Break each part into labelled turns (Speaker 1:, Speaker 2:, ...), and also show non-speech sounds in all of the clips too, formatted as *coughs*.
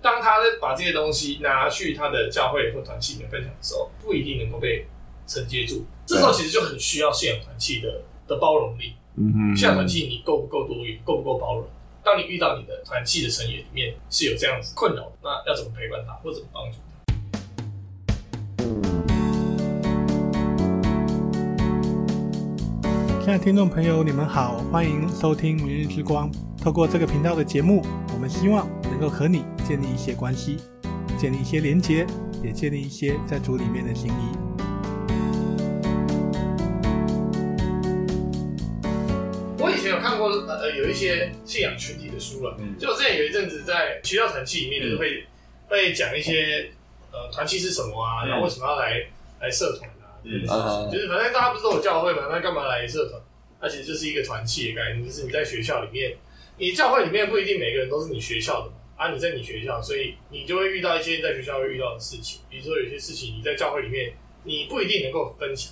Speaker 1: 当他在把这些东西拿去他的教会或团契里面分享的时候，不一定能够被承接住。这时候其实就很需要信仰团契的的包容力。
Speaker 2: 嗯哼，
Speaker 1: 信仰团契你够不够多元，够不够包容？当你遇到你的团契的成员里面是有这样子困扰的，那要怎么陪伴他，或怎么帮助他？
Speaker 3: 亲爱的听众朋友，你们好，欢迎收听《明日之光》。透过这个频道的节目，我们希望能够和你建立一些关系，建立一些连结，也建立一些在主里面的情谊。
Speaker 1: 我以前有看过呃有一些信仰群体的书了，
Speaker 2: 嗯
Speaker 1: 就我之前有一阵子在学校团契里面就是会、会讲一些呃团契是什么啊，
Speaker 2: 嗯
Speaker 1: 然后为什么要来来社团啊，
Speaker 2: 嗯
Speaker 1: 这些事
Speaker 2: 啊
Speaker 1: 情就是反正大家不是都有教会嘛，那干嘛来社团？那其实就是一个团契的概念，就是你在学校里面，你教会里面不一定每个人都是你学校的嘛，啊，你在你学校，所以你就会遇到一些在学校会遇到的事情，比如说有些事情你在教会里面你不一定能够分享，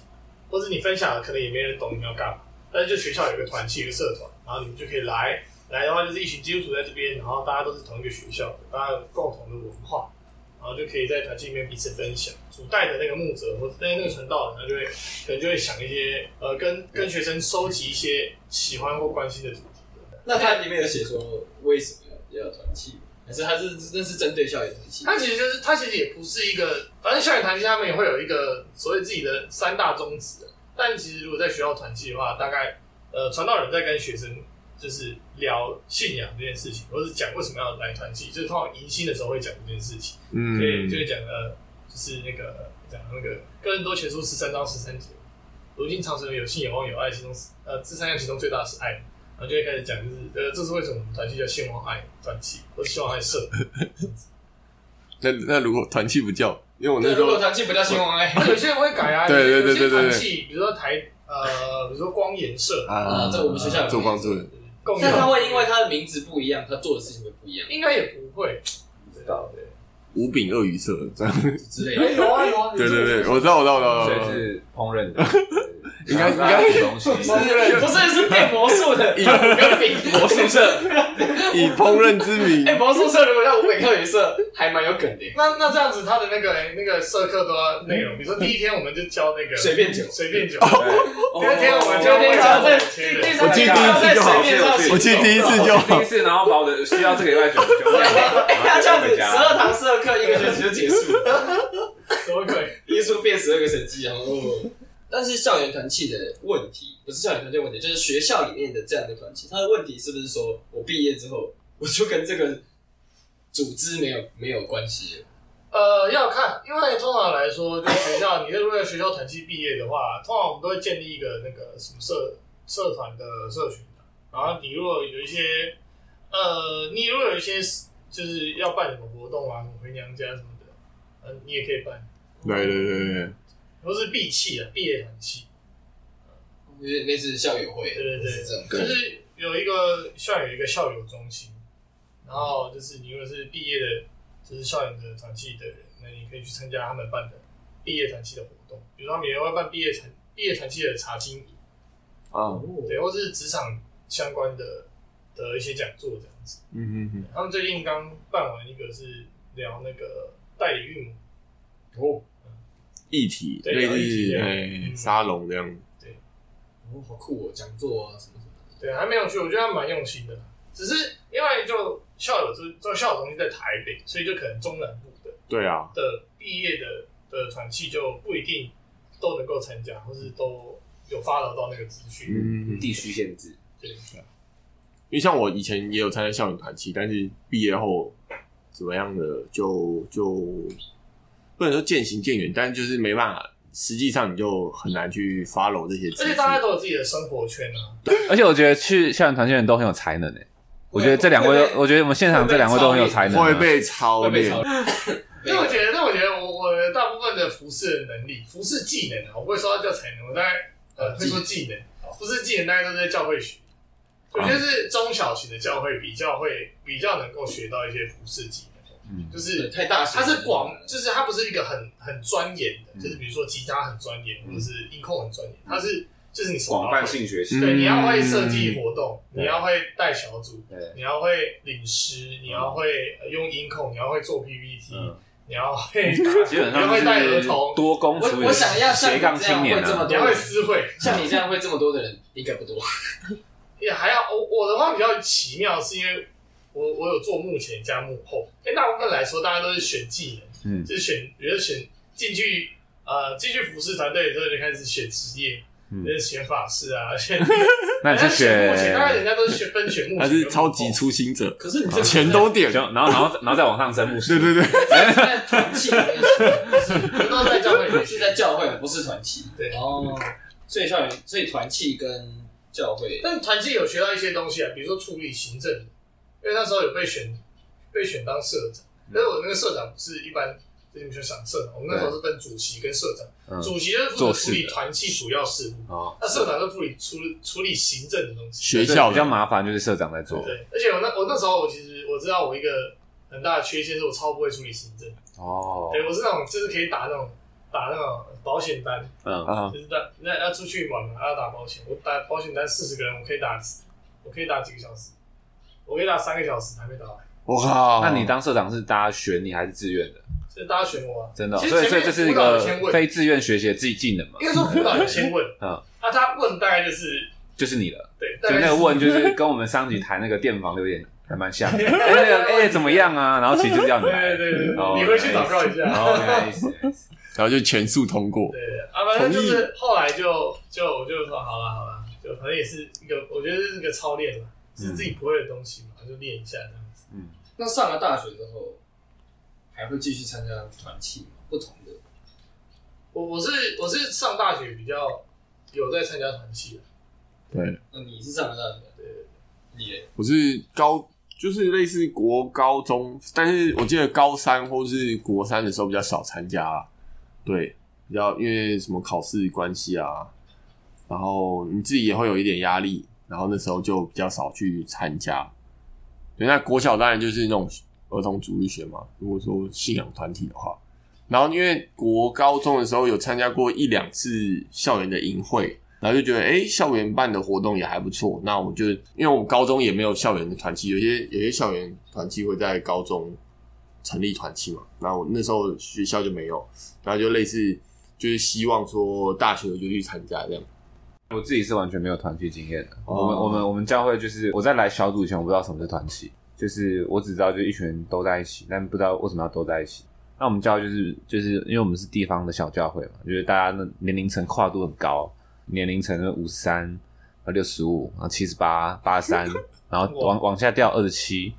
Speaker 1: 或者你分享了可能也没人懂你要干嘛。但是就学校有一个团契，一个社团，然后你们就可以来，来的话就是一群基督徒在这边，然后大家都是同一个学校的，大家有共同的文化，然后就可以在团契里面彼此分享。主带的那个牧者或者那那个传道人，他就会可能就会想一些呃，跟跟学生收集一些喜欢或关心的主题。
Speaker 4: 那它里面有写说为什么要要团契吗？还是它是那是针对校园团契？
Speaker 1: 他其实就是他其实也不是一个，反正校园团契他们也会有一个所谓自己的三大宗旨，啊但其实如果在学校团契的话，大概呃传道人在跟学生就是聊信仰这件事情，或是讲为什么要来团契，就是通常迎新的时候会讲这件事情，
Speaker 2: 嗯，
Speaker 1: 所以就会讲呃就是那个讲那个哥林多前书十三章十三节，如今长存有信有望有爱，其中呃这三样其中最大是爱，然后就会开始讲就是呃这是为什么我们团契叫信望爱团契，或是信望爱社。
Speaker 2: 那那如果团契不叫，因为我那
Speaker 4: 对，
Speaker 2: 时
Speaker 4: 如果
Speaker 2: 候
Speaker 4: 团契不叫新闻哎，
Speaker 1: *laughs* 有些人会改啊，
Speaker 2: 对对对对对对
Speaker 1: 有些团契，比如说台呃，比如说光研社、
Speaker 4: 啊，在我们学校有
Speaker 2: 做光做的，
Speaker 1: 共
Speaker 4: 但他
Speaker 1: 有，
Speaker 4: 会因为他的名字不一样，他做的事情会不一样
Speaker 1: 应该也不会
Speaker 4: 不知道
Speaker 1: 对。
Speaker 2: 五饼鳄鱼社这样，
Speaker 4: 之类
Speaker 1: 哎
Speaker 4: 的。
Speaker 1: 有啊有啊，
Speaker 2: 对对对，我知道我知道我知
Speaker 5: 所
Speaker 2: 道我
Speaker 5: 以
Speaker 2: 知道，
Speaker 5: 是烹饪 *laughs* 的，
Speaker 2: 应该
Speaker 5: 然后大
Speaker 2: 应
Speaker 5: 家
Speaker 2: 该
Speaker 5: 煮东西，
Speaker 4: 不是是变魔术的，跟饼魔术社。
Speaker 2: 以烹饪之名
Speaker 4: 哎，魔术社如果叫五北克语社，还蛮有梗的。
Speaker 1: 那那这样子，他的那个那个社课都要内容，比如说第一天我们就教那个
Speaker 4: 随便酒
Speaker 1: 随便酒，
Speaker 4: 哦
Speaker 1: 第二天我们
Speaker 4: 第二天
Speaker 1: 教
Speaker 4: 讲在
Speaker 1: 第
Speaker 4: 第
Speaker 1: 第
Speaker 4: 三
Speaker 2: 我记
Speaker 4: 天
Speaker 2: 得第一次
Speaker 4: 在
Speaker 2: 就
Speaker 4: 水
Speaker 2: 好
Speaker 4: 面上行
Speaker 2: 我去
Speaker 4: 走
Speaker 2: 第一次就
Speaker 5: 我去
Speaker 2: 好
Speaker 5: 第一，次，然后把我的需要这个礼拜九九
Speaker 4: 对他
Speaker 5: 这
Speaker 4: 这样
Speaker 5: 样
Speaker 4: 子
Speaker 5: 回
Speaker 4: 十
Speaker 5: 家。
Speaker 4: 二堂社课一个学期就结束了，
Speaker 1: 什么鬼？
Speaker 4: 耶稣变十二个神迹，然后。但是校园团契的问题不是校园团契的问题，就是学校里面的这样的团契，他的问题是不是说我毕业之后我就跟这个组织没有没有关系了？
Speaker 1: 呃，要看，因为通常来说，就学校，你如果在学校团契毕业的话，通常我们都会建立一个那个什么社社团的社群的，然后你如果有一些呃，你如果有一些就是要办什么活动啊，什么回娘家什么的，呃，你也可以办，
Speaker 2: 对对对对，
Speaker 1: 都是闭气啊，毕业团契，
Speaker 4: 有点类似校友会，
Speaker 1: 对对对
Speaker 4: 是这种
Speaker 1: 就。是有一个校有一个校友中心，然后就是你如果是毕业的，就是校园的团契的人，那你可以去参加他们办的毕业团契的活动，比如说他们也会办毕业团毕业团契的茶经营，
Speaker 2: 啊，
Speaker 1: 对，或是职场相关的的一些讲座这样子。
Speaker 2: 嗯嗯嗯，
Speaker 1: 他们最近刚办完一个是聊那个代理孕母，
Speaker 4: 哦
Speaker 2: 一体
Speaker 1: 对有一体
Speaker 2: 类似
Speaker 1: 的
Speaker 2: 哎
Speaker 1: 嗯
Speaker 2: 沙龙这样，
Speaker 4: 哦，好酷哦，讲座啊什么什么的。
Speaker 1: 对，还没有去，我觉得还蛮用心的啦。只是因为就校友就就校友中心在台北，所以就可能中南部的
Speaker 2: 对啊，
Speaker 1: 的毕业的的团契就不一定都能够参加，或是都有发达到那个资讯。
Speaker 2: 嗯，
Speaker 5: 地区限制，
Speaker 2: 因为像我以前也有参加校园团契，但是毕业后怎么样的就就不能说渐行渐远，但是就是没办法，实际上你就很难去 follow 这些资
Speaker 1: 而且。
Speaker 2: 讯
Speaker 1: 大家都有自己的生活圈啊，
Speaker 5: 而且我觉得去校园团契的人都很有才能诶。我觉得这两位
Speaker 4: 会，被
Speaker 5: 我觉得我们现场这两位都很有才能啊。
Speaker 2: 会被操
Speaker 4: 会被
Speaker 2: 练
Speaker 4: 炒，
Speaker 1: 因为我觉得，但我觉得我我的大部分的服饰的能力、服饰技能啊，我不会说它叫才能，我大概呃会说技能，服饰技能大概都是在教会学。我觉得是中小型的教会比较会比较能够学到一些服饰技能，
Speaker 5: 嗯
Speaker 1: 就是
Speaker 4: 太大型
Speaker 1: 它
Speaker 4: 了，
Speaker 1: 是广，就是它不是一个很很钻研的，
Speaker 5: 嗯
Speaker 1: 就是比如说吉他很钻研，或者是音控很钻研，它是就是你什么都
Speaker 6: 广泛性学习
Speaker 5: 嗯，
Speaker 1: 对，你要会设计活动，
Speaker 6: 对
Speaker 1: 你要会带小组
Speaker 6: 对，
Speaker 1: 你要会领师，你要会呃用音控，你要会做 PPT，
Speaker 6: 嗯
Speaker 1: 你要
Speaker 5: *laughs*
Speaker 1: 会
Speaker 5: 基本
Speaker 1: 你要会带
Speaker 5: 上
Speaker 1: 儿
Speaker 5: 就是
Speaker 1: 童，
Speaker 5: 多功
Speaker 4: 我
Speaker 5: 处理
Speaker 4: 我想要像
Speaker 5: 斜
Speaker 4: 你
Speaker 5: 杠
Speaker 4: 这样
Speaker 5: 青年
Speaker 4: 会这么
Speaker 5: 啊，
Speaker 1: 你
Speaker 4: 多
Speaker 1: 要会
Speaker 4: 人，
Speaker 1: 私会，
Speaker 4: 像你这样会这么多的人应该不多。
Speaker 1: 也还好。我我的话比较奇妙，是因为我我有做幕前加幕后。哎、大部分来说，大家都是选技能，
Speaker 5: 嗯
Speaker 1: 就是选，比如说选进去呃进去服饰团队之后就开始选职业，
Speaker 5: 嗯
Speaker 1: 就是选法师啊，选
Speaker 5: 那你是
Speaker 1: 人家 *laughs* 选
Speaker 5: 选
Speaker 1: 幕前，当然人家都是选分
Speaker 2: *laughs*
Speaker 1: 选幕前，
Speaker 2: 他是超级。初心
Speaker 5: *laughs*
Speaker 2: 者，
Speaker 4: 可是你这
Speaker 2: 钱都点。
Speaker 5: 就然后然后然后再往上升牧师，
Speaker 2: 对对对，
Speaker 4: *laughs* 在团契里面是，
Speaker 1: 都在教会里面
Speaker 4: 是在教会，不是团契。
Speaker 1: 对
Speaker 4: 哦，所以校园，所以团契跟教会，
Speaker 1: 但团契有学到一些东西啊，比如说处理行政，因为那时候有被选被选当社长，
Speaker 5: 嗯
Speaker 1: 但是我那个社长不是一般就是你们想社长，我们那时候是分主席跟社长，
Speaker 5: 嗯
Speaker 1: 主席就是负责
Speaker 5: 做
Speaker 1: 处
Speaker 5: 事
Speaker 1: 理
Speaker 5: 的
Speaker 1: 团契主要事务，
Speaker 5: 哦，
Speaker 1: 那社长就处理处处理行政的东西。
Speaker 2: 学
Speaker 5: 对
Speaker 2: 校
Speaker 5: 比较
Speaker 2: 的，
Speaker 5: 麻烦，就是社长在做
Speaker 1: 对，而且我那我那时候我其实我知道我一个很大的缺陷是我超不会处理行政，
Speaker 5: 哦，
Speaker 1: 对我是那种就是可以打那种打那种保险单，
Speaker 6: 嗯，
Speaker 5: 啊，
Speaker 1: 就是打那要出去玩嘛，要打保险，我打保险单四十个人，我可以打，我可以打几个小时，我可以打三个小时还没打完，
Speaker 2: 我靠！
Speaker 5: 那你当社长是大家选你还是自愿的？
Speaker 1: 所以大家选我、啊。
Speaker 5: 真的哦，
Speaker 1: 其实
Speaker 5: 所
Speaker 1: 前面
Speaker 5: 以所以这是一
Speaker 1: 辅导
Speaker 5: 个
Speaker 1: 有先问
Speaker 5: 非自愿学习的自己技能嘛，
Speaker 1: 应该说辅导有先问，
Speaker 5: 嗯，
Speaker 1: 啊，他问大概就是
Speaker 5: 就是你了。
Speaker 1: 对，大
Speaker 5: 就
Speaker 1: 概
Speaker 5: 那个
Speaker 1: 是
Speaker 5: 问，就是跟我们上集谈那个电访有点还蛮像的。哎、那个哎、怎么样啊？然后其实就是要你
Speaker 1: *laughs*
Speaker 5: 来
Speaker 1: 对，对对
Speaker 5: 哦
Speaker 1: 对，你回去祷告一下。
Speaker 5: 然后原来意思。
Speaker 2: 然后就全速通过，
Speaker 1: 对啊，反正就是后来就就我就说好了好了，就反正也是一个，我觉得这是个操练嘛，
Speaker 5: 嗯
Speaker 1: 是自己不会的东西嘛，就练一下这样子。
Speaker 4: 那上了大学之后，还会继续参加团契吗？不同的，
Speaker 1: 我我是我是上大学比较有在参加团契的，
Speaker 4: 那哦你是上了大学，对，你嘞
Speaker 2: 我是高，就是类似国高中，但是我记得高三或是国三的时候比较少参加啦，对，比较因为什么考试关系啊，然后你自己也会有一点压力，然后那时候就比较少去参加。对，那国小当然就是那种儿童主日学嘛，如果说信仰团体的话，然后因为国高中的时候有参加过一两次校园的营会，然后就觉得哎、诶校园办的活动也还不错。那我就因为我高中也没有校园的团契，有些有些校园团契会在高中成立团契嘛，那我那时候学校就没有，然后就类似就是希望说大学就去参加这样。
Speaker 5: 我自己是完全没有团契经验的。
Speaker 2: 哦
Speaker 5: 我们我们我们教会就是我在来小组以前，我不知道什么是团契，就是我只知道就一群人都在一起，但不知道为什么要都在一起。那我们教会就是就是因为我们是地方的小教会嘛，就是大家的年龄层跨度很高，年龄层五十三、六十五、然后七十八、八十三，然后往往下掉二
Speaker 2: *laughs*
Speaker 5: 十七，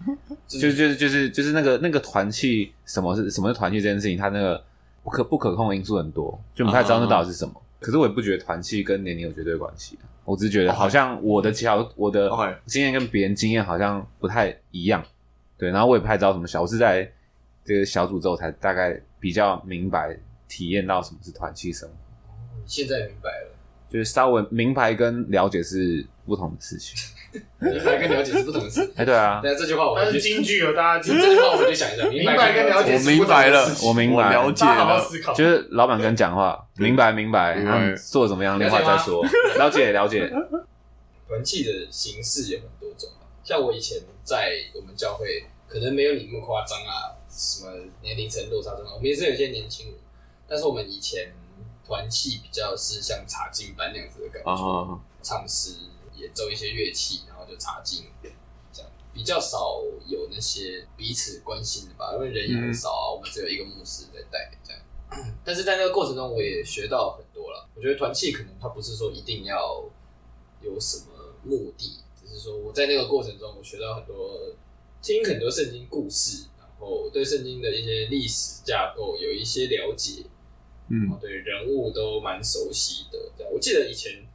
Speaker 5: 就是就是就是就是那个那个团契，什么是什么是团契这件事情，它那个不可不可控的因素很多，就不太知道那到底是什
Speaker 2: 啊
Speaker 5: 么。可是我也不觉得团契跟年龄有绝对关系，我只是觉得
Speaker 2: OK
Speaker 5: 好像我的条我的
Speaker 2: OK
Speaker 5: 经验跟别人经验好像不太一样，对，然后我也不太知道什么小，我是在这个小组之后才大概比较明白体验到什么是团契生活，
Speaker 4: 你现在明白了，
Speaker 5: 就是稍微明白跟了解是不同的事情。
Speaker 4: 明白跟了解是不同
Speaker 1: *laughs*
Speaker 4: 的事。
Speaker 5: 哎，对啊，
Speaker 4: 但这句话我
Speaker 1: 但
Speaker 4: 回
Speaker 1: 是
Speaker 4: 去，
Speaker 1: 京剧有大家
Speaker 5: *laughs*
Speaker 1: 记
Speaker 4: 这句话我回去想一下，
Speaker 1: 明白跟了解
Speaker 2: 我
Speaker 1: 是
Speaker 2: 明白了，
Speaker 5: 我明白
Speaker 2: 我了解
Speaker 1: 大家好好
Speaker 2: 了。
Speaker 1: 思
Speaker 4: 哦
Speaker 1: 考。
Speaker 5: 就是老板跟讲话，明白明白，
Speaker 2: 明白
Speaker 5: 然后你做得怎么
Speaker 4: 了
Speaker 5: 样，另
Speaker 4: 解吗
Speaker 5: 外再
Speaker 4: *laughs*
Speaker 5: 说。了解了解，
Speaker 4: 团契的形式有很多种啊，像我以前在我们教会，可能没有你那么夸张啊，什么年龄层落差这么，我们也是有一些年轻人，但是我们以前团契比较是像查经班那样子的感觉，
Speaker 2: 啊哈，哈
Speaker 4: 唱诗、演奏一些乐器，然后就查经，这样比较少有那些彼此关心的吧，因为人也很少啊，我们只有一个牧师在带这样。 *coughs* 但是在那个过程中，我也学到很多了。我觉得团契可能它不是说一定要有什么目的，只是说我在那个过程中，我学到很多，听很多圣经故事，然后对圣经的一些历史架构有一些了解，
Speaker 2: 嗯
Speaker 4: 哦，对，人物都蛮熟悉的。这样我记得以前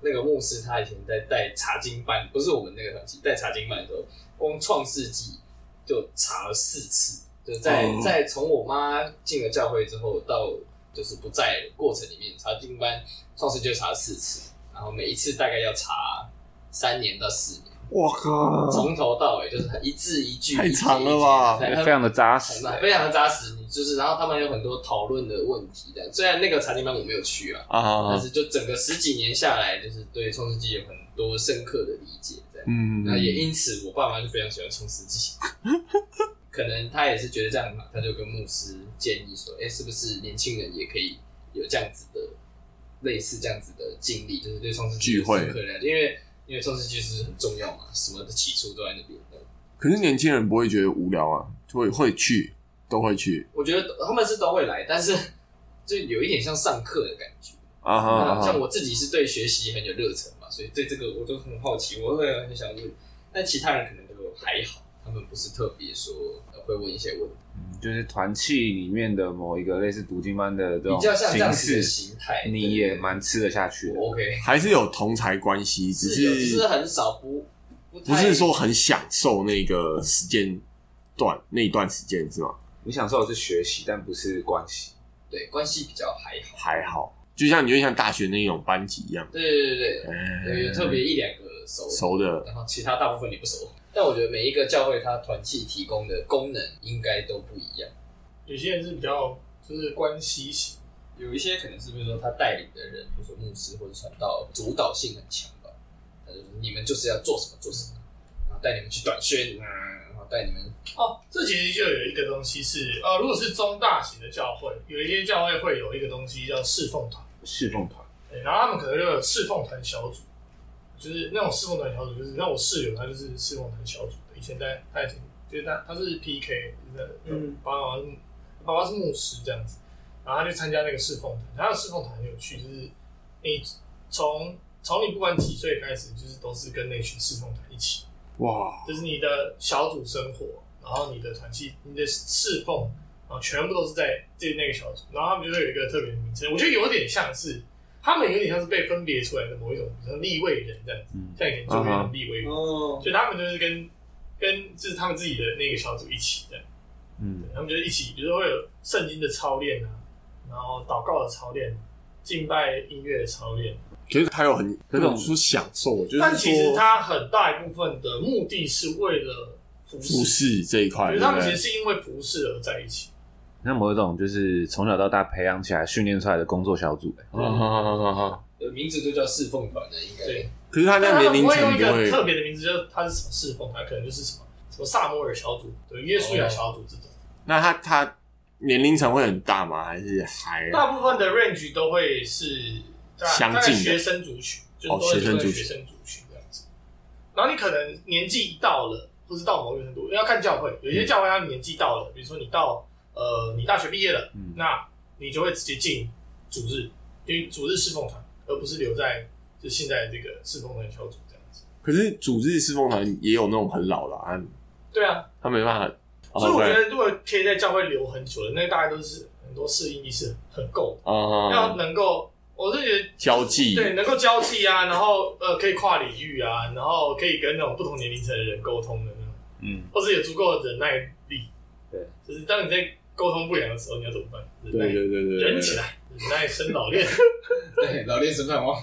Speaker 4: 那个牧师，他以前在带查经班，不是我们那个团体带查经班的时候，光创世纪就查了四次，就在、
Speaker 2: 哦
Speaker 4: 在从我妈进了教会之后到就是不在的过程里面，查经班创世纪就查了四次，然后每一次大概要查三年到四年。
Speaker 2: 我靠，
Speaker 4: 从头到尾就是一字一句，
Speaker 2: 太
Speaker 4: 一字
Speaker 2: 长了吧
Speaker 4: 一句
Speaker 5: 嗯非常的扎实、
Speaker 2: 啊
Speaker 4: 非常的扎实，你就是，然后他们有很多讨论的问题的。虽然那个茶经班我没有去啊，
Speaker 2: 啊
Speaker 4: 但！是就整个十几年下来，就是对创世纪有很多深刻的理解在。
Speaker 2: 嗯
Speaker 4: 那也因此，我爸妈就非常喜欢创世纪。 *laughs* 可能他也是觉得这样嘛，他就跟牧师建议说：“哎、是不是年轻人也可以有这样子的类似这样子的经历，就是对创世纪
Speaker 2: 聚会
Speaker 4: 深刻的了解因为因为创世纪是很重要嘛，什么的起初都在那边。
Speaker 2: 可是年轻人不会觉得无聊啊，就会会去，都会去
Speaker 4: 我觉得他们是都会来，但是就有一点像上课的感觉。
Speaker 2: 啊哈啊
Speaker 4: 那像
Speaker 2: 哈！
Speaker 4: 我自己是对学习很有热忱嘛，所以对这个我都很好奇，我会很想问。但其他人可能就还好，他们不是特别说呃会问一些问题，
Speaker 5: 就是团契里面的某一个类似读经班的这
Speaker 4: 比
Speaker 5: 种
Speaker 4: 较像这样
Speaker 5: 形
Speaker 4: 子的
Speaker 5: 式，
Speaker 4: 形态。对
Speaker 5: 你也蛮吃得下去的。
Speaker 4: 我 OK，
Speaker 2: 还是有同才关系，只
Speaker 4: 是有，只
Speaker 2: 是
Speaker 4: 是很少不不
Speaker 2: 不
Speaker 4: 太
Speaker 2: 是说很享受那个时间段那一段时间是吗？
Speaker 5: 你享受的是学习，但不是关系。
Speaker 4: 对关系比较还好。
Speaker 2: 还好，就像你就像大学那种班级一样，
Speaker 4: 对对对对
Speaker 2: 嗯
Speaker 4: 对，有特别一两个熟
Speaker 2: 熟的
Speaker 4: 然后其他大部分你不熟。但我觉得每一个教会它团契提供的功能应该都不一样，
Speaker 1: 有些人是比较就是关系型，
Speaker 4: 有一些可能是比如说他带领的人，比如说牧师或者传道，主导性很强吧，他就说你们就是要做什么做什么，然后带你们去短宣啊，然后带你们
Speaker 1: 哦，这其实就有一个东西是，呃，如果是中大型的教会，有一些教会会有一个东西叫侍奉团，
Speaker 5: 侍奉团，
Speaker 1: 对然后他们可能就有侍奉团小组，就是那种侍奉团小组，就是那我室友他就是侍奉团小组的，以前在他以前就是他他是 PK，就是
Speaker 4: 嗯
Speaker 1: 爸爸是爸爸是牧师这样子，然后他就参加那个侍奉团，他的侍奉团很有趣，就是你从从你不管几岁开始，就是都是跟那群侍奉团一起。
Speaker 2: 哇，
Speaker 1: 就是你的小组生活，然后你的团契、你的侍奉，然后全部都是在这那个小组，然后他们就会有一个特别的名称，我觉得有点像是他们有点像是被分别出来的某一种，比如说立位人这样子，
Speaker 5: 嗯
Speaker 1: 像以前中原立位人，
Speaker 4: 哦，
Speaker 1: 就他们就是跟跟就是他们自己的那个小组一起的，
Speaker 5: 嗯，
Speaker 1: 他们就一起，比如说会有圣经的操练啊，然后祷告的操练，敬拜音乐的操练，
Speaker 2: 可是他有很
Speaker 5: 这
Speaker 2: 那
Speaker 5: 种
Speaker 2: 种说享受，就是
Speaker 1: 但其实
Speaker 2: 说
Speaker 1: 它很大一部分的目的是为了服
Speaker 2: 服
Speaker 1: 侍。
Speaker 2: 饰这一块，
Speaker 1: 可
Speaker 2: 对
Speaker 1: 是
Speaker 2: 不
Speaker 1: 他们其
Speaker 2: 对
Speaker 1: 实？是因为服饰而在一起。
Speaker 5: 那某一种就是从小到大培养起来、训练出来的工作小组、欸
Speaker 4: 嗯
Speaker 2: 啊啊啊啊啊！
Speaker 4: 呃名字就叫侍奉团的，应该
Speaker 1: 对
Speaker 2: 可是他
Speaker 1: 但
Speaker 2: 那
Speaker 1: 他
Speaker 2: 年
Speaker 1: 们
Speaker 2: 龄
Speaker 1: 不会
Speaker 2: 层
Speaker 1: 用一
Speaker 2: 不
Speaker 1: 个
Speaker 2: 会
Speaker 1: 特别的名字，就是他是什么侍奉，他可能就是什么什么萨摩尔小组、对约书亚小组这种。
Speaker 2: 那他他年龄层会很大吗？还是还
Speaker 1: 大部分的 range 都会是大
Speaker 2: 相
Speaker 1: 大概
Speaker 2: 近的
Speaker 1: 学生族群，就是
Speaker 2: 哦
Speaker 1: 都会
Speaker 2: 学生
Speaker 1: 分
Speaker 2: 族
Speaker 1: 学
Speaker 2: 群
Speaker 1: 生族群这样子。然后你可能年纪一到了，或是到某一个程度，要看教会。有些教会他年纪到了，比如说你到呃你大学毕业了，
Speaker 5: 嗯
Speaker 1: 那你就会直接进主日，因为主日侍奉团，而不是留在就现在这个侍奉团小组这样子。
Speaker 2: 可是主日侍奉团也有那种很老的啊，
Speaker 1: 对啊，
Speaker 2: 他没办法。
Speaker 1: 所以我觉
Speaker 2: 啊
Speaker 1: 得如果可以在教会留很久的，那大概都是很多适应力是很够
Speaker 2: 对啊
Speaker 1: 的，要能够，我是觉得
Speaker 2: 交际
Speaker 1: 对，能够交际啊，然后呃可以跨领域啊，然后可以跟那种不同年龄层的人沟通的那种，
Speaker 5: 嗯，
Speaker 1: 或是有足够的忍耐力。
Speaker 5: 对，
Speaker 1: 就是当你在沟通不良的时候，你要怎么办？忍耐
Speaker 2: 对对对对，
Speaker 1: 忍起来，忍耐生老练，
Speaker 4: 对老练审判王，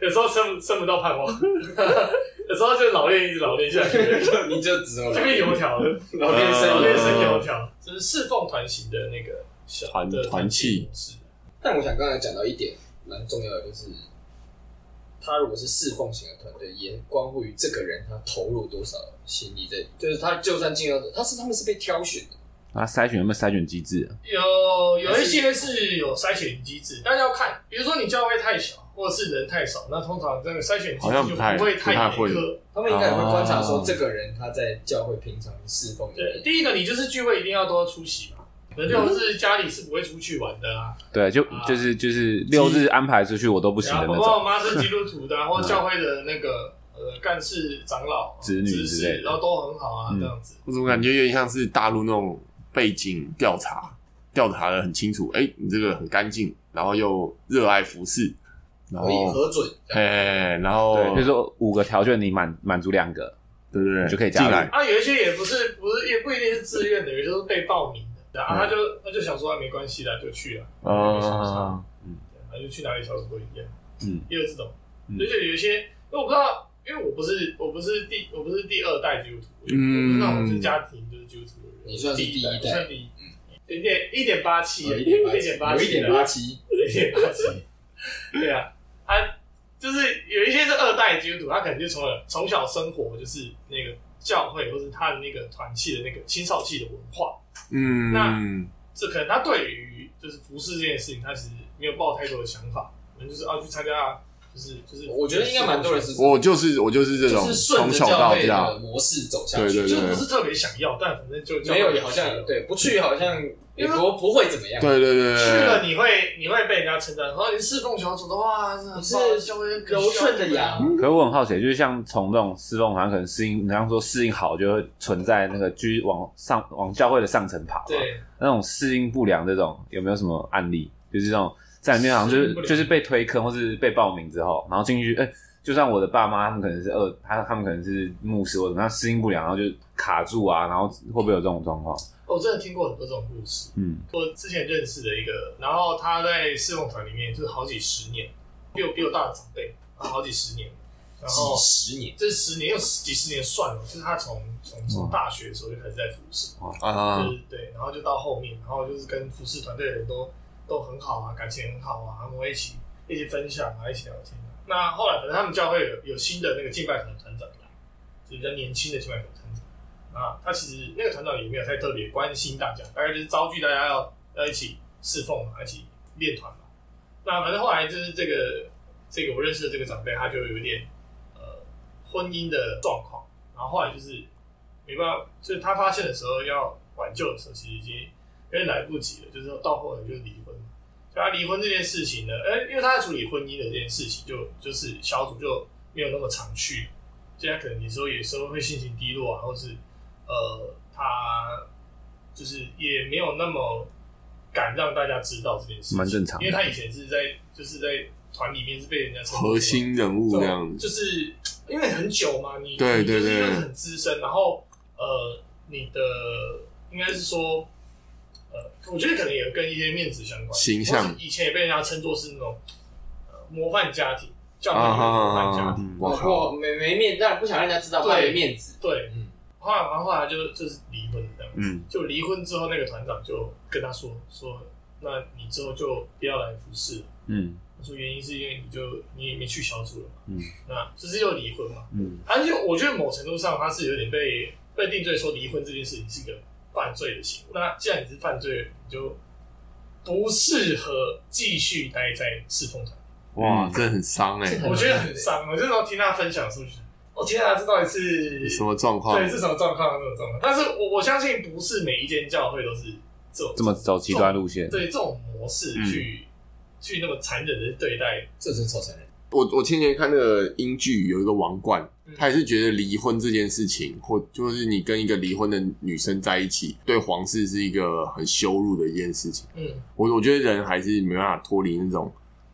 Speaker 1: 有时候生生不到盼望， *laughs* 有时候就老练一直老练下去，
Speaker 4: *laughs* 你就只有
Speaker 1: 就变油条了。
Speaker 4: 老练
Speaker 1: 老
Speaker 4: 生
Speaker 1: 练生油条，就是侍奉团型的那个小
Speaker 2: 团
Speaker 1: 的
Speaker 2: 团契
Speaker 1: 模式。
Speaker 4: 但我想刚才讲到一点蛮重要的，就是他如果是侍奉型的团队，也关乎于这个人他投入多少心力在里面。就是他就算进到，他是他们是被挑选的，
Speaker 5: 那啊筛选有没有筛选机制、啊？
Speaker 1: 有有一些是有筛选机制，但要看，比如说你教会太小，或者是人太少，那通常这个筛选机
Speaker 2: 好
Speaker 1: 制
Speaker 2: 像
Speaker 1: 就
Speaker 2: 不太
Speaker 1: 会
Speaker 2: 不太
Speaker 1: 太
Speaker 2: 会
Speaker 1: 严苛。
Speaker 4: 他们应该也会观察说
Speaker 2: 哦
Speaker 5: 啊
Speaker 4: 这个人他在教会平常侍奉的
Speaker 1: 对，
Speaker 4: 人。
Speaker 1: 第一个你就是聚会一定要多出席嘛，人就是家里是不会出去玩的啊，
Speaker 5: 对，就
Speaker 1: 啊
Speaker 5: 就是就是六日安排嗯出去我都不行
Speaker 1: 然
Speaker 5: 的
Speaker 1: 后
Speaker 5: 那
Speaker 1: 爸爸
Speaker 5: 种。嗯
Speaker 1: 妈妈是基督徒
Speaker 5: *laughs*
Speaker 1: 的啊，或者教会的那个呃干事长老、啊
Speaker 5: 子女
Speaker 1: 执
Speaker 5: 之类
Speaker 1: 事，
Speaker 5: 的
Speaker 1: 然后都很好啊，
Speaker 5: 嗯
Speaker 1: 这样子。
Speaker 2: 我怎么感觉有点像是大陆那种背景调查，调查的很清楚。哎、你这个很干净，然后又热爱服饰，然
Speaker 4: 可以
Speaker 2: 后
Speaker 4: 核准，
Speaker 2: 哎、然
Speaker 1: 哦
Speaker 2: 后
Speaker 5: 对，比如说五个条件你满满足两个，
Speaker 2: 对不对？
Speaker 5: 你就可以加
Speaker 2: 进
Speaker 5: 入
Speaker 2: 来。
Speaker 1: 啊，有一些也不是不是也不一定是自愿的，有些都是被报名的，
Speaker 5: 嗯
Speaker 1: 然后他就他就想说啊没关系啦，就去了，
Speaker 2: 啊，
Speaker 1: 哦然后就去哪里小组都一样，
Speaker 5: 嗯
Speaker 1: 也有这种，
Speaker 5: 嗯
Speaker 1: 而且有一些，因为我不知道因为我不是我不是第我不是第二代基督徒，我
Speaker 2: 嗯
Speaker 1: 不是那种就是家庭就是基督徒的人，
Speaker 4: 你算是第一代
Speaker 1: 我算第一，一点一点八七，
Speaker 4: 有一点八
Speaker 1: 一
Speaker 4: 七，
Speaker 1: 点八
Speaker 4: 有一
Speaker 1: 七啊
Speaker 4: 点八七，
Speaker 1: 一 *laughs* 点八七， *laughs* 对啊，啊，就是有一些是二代基督徒，他可能就从从小生活就是那个教会或是他的那个团契的那个青少期的文化，
Speaker 2: 嗯，
Speaker 1: 这可能他对于就是服饰这件事情，他其实没有抱太多的想法，可能就是啊去参加，就是就是，
Speaker 4: 我觉得应该蛮多人是
Speaker 2: 我就是我就是这种
Speaker 4: 就是顺
Speaker 2: 从
Speaker 4: 着
Speaker 2: 小
Speaker 4: 教
Speaker 2: 到
Speaker 4: 会
Speaker 2: 大
Speaker 4: 的，模式走下去，
Speaker 2: 对对
Speaker 1: 就
Speaker 2: 对
Speaker 1: 是不是特别想要，但反正就
Speaker 4: 没有也好像对不去好像也不不会怎么样，
Speaker 2: 对对对，
Speaker 1: 去了你会你会被人家称赞，说你侍奉小组的话，真的很棒
Speaker 4: 你是
Speaker 1: 教会很
Speaker 4: 柔顺的羊
Speaker 1: 需要你啊
Speaker 5: 可是我很好奇，就是像从这种侍奉，好像可能适应，你刚刚说适应好就会存在那个居往上往教会的上层爬嘛。
Speaker 1: 对，
Speaker 5: 那种适应不良这种有没有什么案例？就是这种在里面好像就
Speaker 1: 适应
Speaker 5: 是
Speaker 1: 不良
Speaker 5: 就是被推坑或是被报名之后，然后进去，哎、就算我的爸妈他们可能是二，他他们可能是牧师或者那适应不良，然后就卡住啊，然后会不会有这种状况？
Speaker 1: 哦我真的听过很多这种故事。
Speaker 5: 嗯，
Speaker 1: 我之前认识的一个，然后他在侍奉团里面就是好几十年，比我比我大的长辈，然后好几十年，然后
Speaker 4: 几十年，
Speaker 1: 这十年用几十年算了，就是他从从从大学的时候就开始在服侍，
Speaker 2: 啊
Speaker 1: 就，是对，然后就到后面，然后就是跟服侍团队的人都都很好啊，感情很好啊，然后一起一起分享啊，一起聊天、啊。那后来反正他们教会有有新的那个敬拜团的团长来，就是比较年轻的敬拜团团长啊，他其实那个团长也没有太特别关心大家，大概就是招聚大家要要一起侍奉啊嘛，一起练团嘛。那反正后来就是这个这个我认识的这个长辈，他就有点呃婚姻的状况，然后后来就是没办法，就是他发现的时候要挽救的时候，其实已经有点来不及了，就是到后来就离婚嘛。所以他离婚这件事情呢，哎、因为他在处理婚姻的这件事情就，就是小组就没有那么常去，现在可能有时候有时候会心情低落啊，或是呃，他就是也没有那么敢让大家知道这件事情，
Speaker 5: 蛮正常的
Speaker 1: 因为他以前是在就是在团里面是被人家称为
Speaker 2: 核心人物这样
Speaker 1: 就
Speaker 2: 子，
Speaker 1: 是因为很久嘛，你
Speaker 2: 对
Speaker 1: 你就是
Speaker 2: 对对
Speaker 1: 因为很资深，然后呃，你的应该是说，呃，我觉得可能也跟一些面子相关，
Speaker 2: 形象
Speaker 1: 或是以前也被人家称作是那种呃模范家庭，教
Speaker 2: 啊
Speaker 1: 会里面的模范家
Speaker 2: 啊
Speaker 1: 庭，，
Speaker 5: 嗯
Speaker 2: 我靠，
Speaker 4: 没没面，但不想让人家知道，
Speaker 1: 对
Speaker 4: 怕没面子，
Speaker 1: 对
Speaker 4: 嗯。
Speaker 1: 后来，然后后来就就是离婚这样子。
Speaker 5: 嗯，
Speaker 1: 就离婚之后，那个团长就跟他说说，那你之后就不要来服侍了。
Speaker 5: 嗯
Speaker 1: 他说原因是因为你就你也没去小组了嘛，
Speaker 5: 嗯
Speaker 1: 那就是又离婚嘛。
Speaker 5: 嗯，
Speaker 1: 而且啊我觉得某程度上他是有点被被定罪说离婚这件事情是一个犯罪的行为。那既然你是犯罪，你就不适合继续待在侍奉团。
Speaker 2: 哇，这很伤哎，
Speaker 1: 我觉得很伤，我这时候听他分享的时候，觉得哦天啊，这到底是
Speaker 2: 什么状况
Speaker 1: 对，？是什么状况？这种状况，但是我我相信不是每一间教会都是这种
Speaker 5: 这么走极端路嗯线，
Speaker 1: 对这种模式去、去那么残忍的对待。
Speaker 4: 这真超残忍。
Speaker 2: 我我前几天看那个英剧有一个王冠
Speaker 1: 嗯，
Speaker 2: 他也是觉得离婚这件事情，或就是你跟一个离婚的女生在一起，对皇室是一个很羞辱的一件事情。
Speaker 1: 嗯，
Speaker 2: 我我觉得人还是没办法脱离那种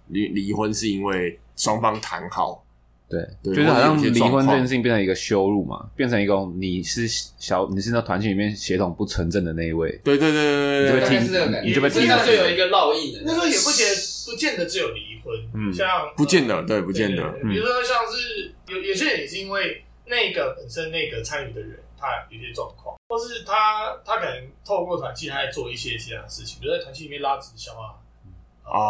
Speaker 2: 离离婚是因为双方谈好，
Speaker 5: 对，
Speaker 2: 对
Speaker 5: 就是好像
Speaker 2: 或者有些
Speaker 5: 离
Speaker 2: 状况
Speaker 5: 婚这件事情变成一个羞辱嘛，变成一种你是小你是那团体里面血统不纯正的那一位，
Speaker 2: 对对对对
Speaker 5: 你就
Speaker 2: 对
Speaker 5: 会
Speaker 2: 对
Speaker 4: 大概
Speaker 5: 听
Speaker 4: 是这个感
Speaker 5: 你
Speaker 4: 觉，
Speaker 5: 就被
Speaker 1: 听
Speaker 4: 身上就有一个烙印了。
Speaker 1: 那时候也不见不见得只有离婚，
Speaker 5: 嗯
Speaker 1: 像
Speaker 2: 不见得对不见得嗯
Speaker 1: 对对对比如说像是有有些人也是因为那个本身那个参与的人他有些状况，或是他他可能透过团契他在做一些其他的事情，比如在团契里面拉直销啊，
Speaker 2: 哦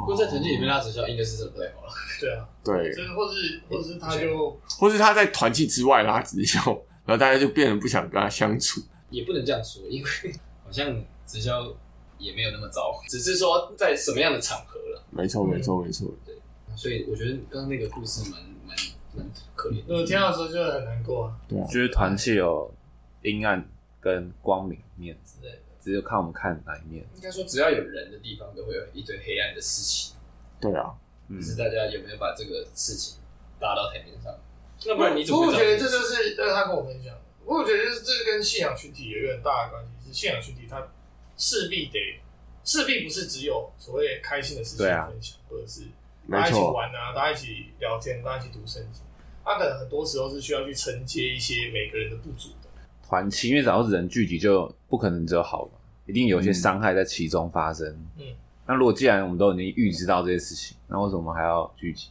Speaker 4: 不，过在成绩里面拉直销应该是真的不太好了。
Speaker 1: 对啊，
Speaker 2: 对，
Speaker 1: 就是或是或是他就
Speaker 2: 或是他在团契之外拉直销，然后大家就变得不想跟他相处。
Speaker 4: 也不能这样说，因为 *laughs* 好像直销也没有那么糟，只是说在什么样的场合了。
Speaker 2: 没错，没错，没错。
Speaker 4: 所以我觉得刚刚那个故事蛮蛮蛮可怜
Speaker 1: 我
Speaker 4: 的。
Speaker 1: 听到的时候就很难过啊。
Speaker 5: 就是团契有阴暗跟光明面之类的，只有看我们看哪一面。
Speaker 4: 应该说，只要有人的地方，都会有一堆黑暗的事情。
Speaker 2: 对啊，
Speaker 5: 嗯
Speaker 4: 只是大家有没有把这个事情拉到台面上？那
Speaker 1: 不
Speaker 4: 不然你怎
Speaker 1: 过
Speaker 4: 么
Speaker 1: 我
Speaker 4: 会
Speaker 1: 觉
Speaker 4: 知
Speaker 1: 得
Speaker 4: 道
Speaker 1: 这就是，但是他跟我分享的，不过我觉得就是这跟信仰群体有一个很大的关系，是信仰群体它势必得，势必不是只有所谓开心的事情
Speaker 5: 对啊
Speaker 1: 分享，或者是
Speaker 2: 没
Speaker 1: 大家一起
Speaker 2: 错，
Speaker 1: 玩啊，大家一起聊天，大家一起读圣经，他可能很多时候是需要去承接一些每个人的不足的。
Speaker 5: 团契，因为只要是人聚集，就不可能只有好嘛，一定有些伤害在其中发生。
Speaker 1: 嗯，
Speaker 5: 那如果既然我们都已经预知到这些事情，那为什么还要聚集？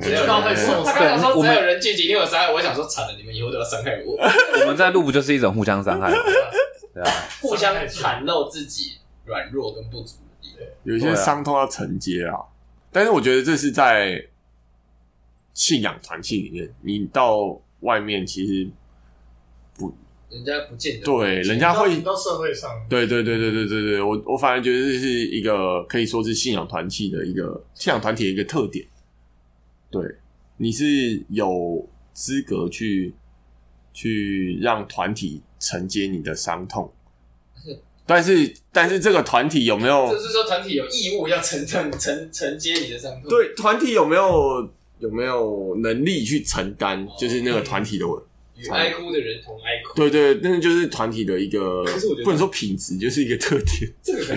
Speaker 1: 就觉得他太受
Speaker 4: 他
Speaker 1: 伤。
Speaker 4: 刚刚说
Speaker 5: 我
Speaker 4: 只
Speaker 5: 们
Speaker 4: 要有人聚集一定有伤害，我想说惨了，你们以后都要伤害我，
Speaker 5: 我们在录不就是一种互相伤害吗？ *laughs* 对啊，
Speaker 4: 互相袒露自己软弱跟不足的地方。
Speaker 2: 有一
Speaker 5: 对
Speaker 2: 些
Speaker 5: 啊
Speaker 2: 伤痛要承接啊。但是我觉得这是在信仰团契里面，你到外面其实
Speaker 4: 人家不见得
Speaker 2: 对人家会
Speaker 1: 到社会上，
Speaker 2: 对对对对对对对，我我反而觉得这是一个可以说是信仰团契的一个信仰团体的一个特点。对，你是有资格去去让团体承接你的伤痛，但是但是这个团体有没有
Speaker 4: 就是说团体有义务要承承承承接你的伤痛。，
Speaker 2: 对团体有没有有没有能力去承担，就是那个团体的问。
Speaker 4: 与爱哭的人同爱哭，
Speaker 2: 对对，那就是团体的一个
Speaker 4: 可是我觉得，
Speaker 2: 不能说品质，就是一个特点。
Speaker 4: *laughs* *laughs* 这个很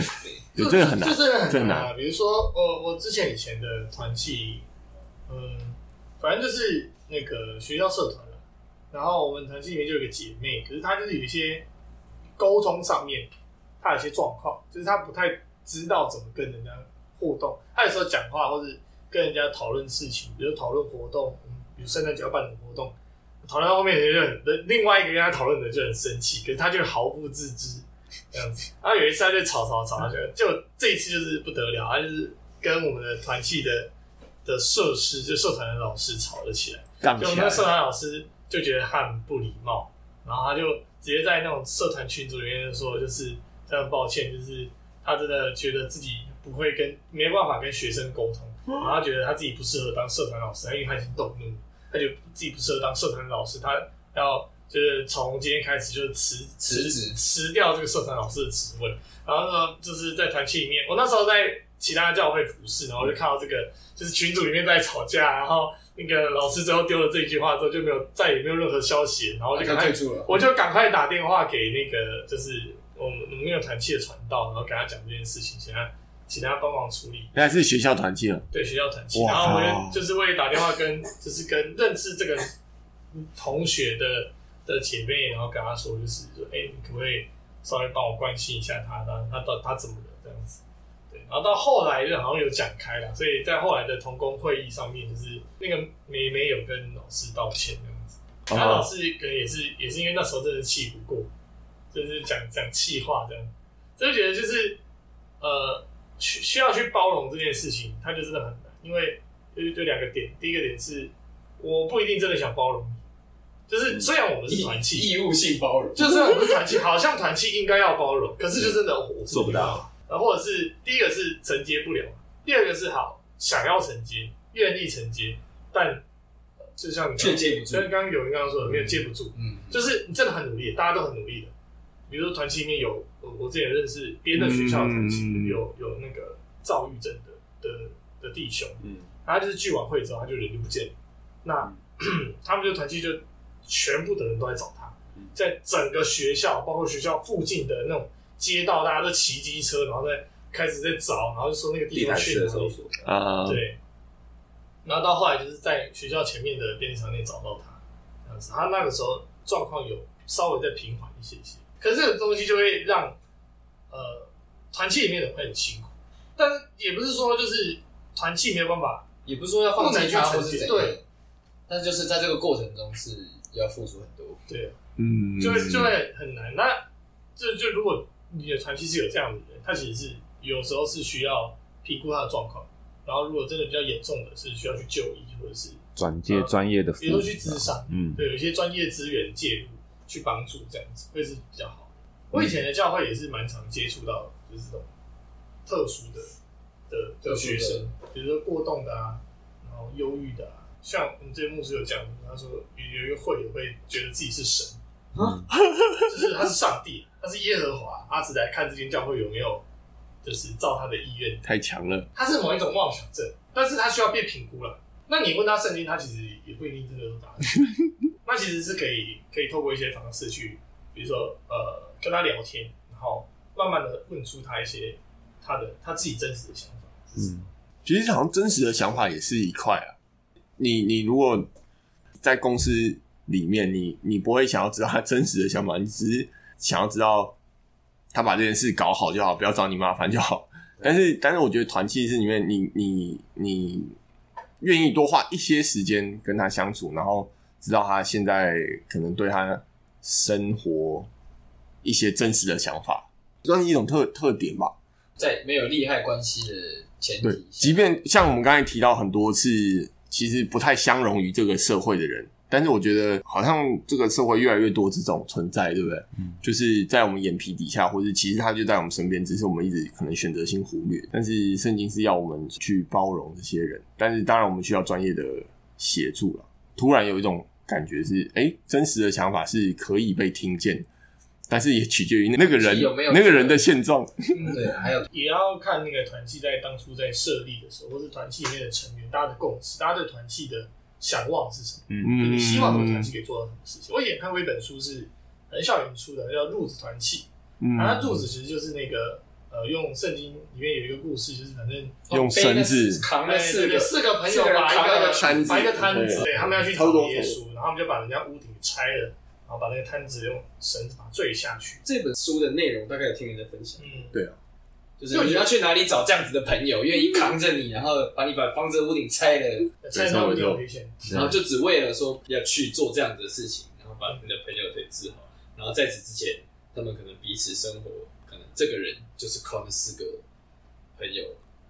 Speaker 4: 对。
Speaker 2: 对，这个很难
Speaker 1: 这。真的
Speaker 2: 这
Speaker 1: 很
Speaker 2: 很
Speaker 1: 啊。比如说，我我之前以前的团契，嗯，反正就是那个学校社团了。然后我们团契里面就有一个姐妹，可是她就是有一些沟通上面，她有一些状况，就是她不太知道怎么跟人家互动。她有时候讲话或者跟人家讨论事情，比如讨论活动，嗯比如圣诞节要办什么活动，讨论到后面人就很，另外一个跟她讨论的就很生气，可是她就毫不自知。这样子。然后有一次他就吵吵吵，他就就这一次就是不得了，他就是跟我们的团契的的设施，就社团的老师吵了起来。
Speaker 5: 啊
Speaker 2: 杠
Speaker 1: 就我
Speaker 2: 起
Speaker 1: 们
Speaker 2: 来
Speaker 1: 的，社团老师就觉得他很不礼貌，然后他就直接在那种社团群组里面就说，就是非常抱歉，就是他真的觉得自己不会跟没办法跟学生沟通，然后他觉得他自己不适合当社团老师，因为他已经动怒，他觉得自己不适合当社团老师，他要就是从今天开始就是辞
Speaker 4: 辞职
Speaker 1: 辞掉这个社团老师的职位。然后呢，就是在团契里面，我那时候在其他教会服侍，然后我就看到这个，就是群组里面在吵架，然后那个老师最后丢了这一句话之后，就没有再也没有任何消息，然后我
Speaker 4: 我
Speaker 1: 就
Speaker 4: 就
Speaker 1: 赶
Speaker 4: 刚
Speaker 1: 快
Speaker 4: 退，出了，
Speaker 1: 我就赶快打电话给那个就是我们我们那个团契的传道，然后跟他讲这件事情，请他请他帮忙处理。
Speaker 2: 原来是学校团契了。
Speaker 1: 对学校团契，
Speaker 2: 哇
Speaker 1: 然后我就就是为了打电话跟就是跟认识这个同学的的姐妹，然后跟她说就是说，哎、你可不可以稍微帮我关心一下她，她她到她怎么了这样子。对，然后到后来就好像有讲开了，所以在后来的同工会议上面，就是那个梅梅有跟老师道歉这样子，然后老
Speaker 2: 哦，
Speaker 1: 师可能也是也是因为那时候真的气不过，就是讲讲气话这样，就觉得就是呃需需要去包容这件事情，它就真的很难，因为有有两个点，第一个点是我不一定真的想包容你，就是虽然我们是团
Speaker 4: 义
Speaker 1: 契，
Speaker 4: 义务性包容，
Speaker 1: 就虽然我们是团契， *laughs* 好像团契应该要包容，可是就真的我
Speaker 5: 做不到，
Speaker 1: 然后或者是第一个是承接不了，第二个是好想要承接，愿意承接，但呃就像你刚
Speaker 4: 却接不住
Speaker 1: 就像刚刚有人刚刚说的，没有接不住，
Speaker 4: 嗯，
Speaker 1: 就是你真的很努力，大家都很努力的。比如说团契里面有，我我之前认识别的学校的团契、
Speaker 5: 嗯
Speaker 1: 有有那个躁郁症的的的弟兄，
Speaker 2: 嗯，
Speaker 1: 他就是聚完会之后他就人就不见了，那、 *clears throat* 他们就团契就全部的人都在找他，在整个学校，包括学校附近的那种街道，大家都骑机车，然后再开始在找，然后就说那个弟
Speaker 5: 地
Speaker 1: 兄
Speaker 5: 毯
Speaker 1: 去哪
Speaker 5: 式的
Speaker 1: 里
Speaker 5: 搜索，
Speaker 2: 啊，
Speaker 1: 对，然后到后来就是在学校前面的便利商店找到他，这样子。他那个时候状况有稍微再平缓一些些，可是这个东西就会让呃团契里面的人会很辛苦，但是也不是说就是团契没有办法，
Speaker 4: 也不是说要放弃他
Speaker 1: 不能
Speaker 4: 或是怎
Speaker 1: 去
Speaker 4: 样
Speaker 1: 承接，
Speaker 4: 但就是在这个过程中是要付出很多。
Speaker 1: 对，
Speaker 5: 嗯
Speaker 1: 就会就会很难。那就就如果你的团契是有这样子的人，他其实是有时候是需要评估他的状况，然后如果真的比较严重的是需要去就医或者是
Speaker 5: 转介专业的服务，
Speaker 1: 比如说去咨商。
Speaker 5: 嗯，
Speaker 1: 对，有一些专业资源介入去帮助这样子会是比较好。我以前的教会也是蛮常接触到，就是这种特殊的的的学生，比如说过动的啊，然后忧郁的啊，像我们这些牧师有讲，他说有有一个会友会觉得自己是神，嗯就是他是上帝，他是耶和华，他只来看这间教会有没有就是照他的意愿
Speaker 2: 太强了。
Speaker 1: 他是某一种妄想症，但是他需要被评估了。那你问他圣经，他其实也不一定真的有答案。那其实是可以可以透过一些方式去，比如说呃跟他聊天，然后慢慢的问出他一些他的他自己真实的想法。
Speaker 5: 嗯，
Speaker 2: 其实好像真实的想法也是一块啊。你你如果在公司里面，你你不会想要知道他真实的想法，你只是想要知道他把这件事搞好就好，不 *laughs* 要找你麻烦就好。但是但是，我觉得团契是里面你你你愿意多花一些时间跟他相处，然后知道他现在可能对他生活一些真实的想法，算是一种特特点吧。
Speaker 4: 在没有利害关系的前
Speaker 2: 对
Speaker 4: 提，
Speaker 2: 即
Speaker 4: 下，
Speaker 2: 便像我们刚才提到很多次，其实不太相容于这个社会的人，但是我觉得好像这个社会越来越多这种存在，对不对？
Speaker 5: 嗯
Speaker 2: 就是在我们眼皮底下，或者其实他就在我们身边，只是我们一直可能选择性忽略。但是圣经是要我们去包容这些人，但是当然我们需要专业的协助了。突然有一种感觉是，哎、真实的想法是可以被听见的。但是也取决于那个人
Speaker 4: 有没有
Speaker 2: 那个人的现状，
Speaker 4: 对，还有
Speaker 1: 也要看那个团契在当初在设立的时候，或是团契里面的成员，大家的共识，大家对团契的向往是什么？就
Speaker 2: 嗯，
Speaker 1: 你希望这个团契可以做到什么事情？我以前看过一本书是很校园出的，叫《入子团契》，
Speaker 2: 嗯，
Speaker 1: 然后它柱子其实就是那个呃，用圣经里面有一个故事，就是反正
Speaker 2: 用绳子
Speaker 4: 扛了哎四
Speaker 1: 四
Speaker 4: 个
Speaker 1: 个，四个朋友
Speaker 4: 四个人
Speaker 1: 把一
Speaker 4: 扛那
Speaker 1: 个
Speaker 4: 个
Speaker 2: 摊子
Speaker 1: 把一个摊子，
Speaker 2: 对
Speaker 1: 对，他们要去
Speaker 2: 超
Speaker 1: 找
Speaker 2: 多
Speaker 1: 耶稣，然后他们就把人家屋顶拆了，然后把那个摊子用绳子把它坠下去。
Speaker 4: 这本书的内容大概有听人在分享，
Speaker 1: 嗯，
Speaker 4: 就是你要去哪里找这样子的朋友，愿意扛着你，然后把你把房子屋顶拆了，
Speaker 1: 拆
Speaker 2: 没
Speaker 1: 到
Speaker 2: 错
Speaker 1: 有点
Speaker 2: 没
Speaker 1: 危险。
Speaker 4: 然后就只为了说要去做这样子的事情，然后把你的朋友给治好，然后在此之前，他们可能彼此生活，可能这个人就是靠那四个朋友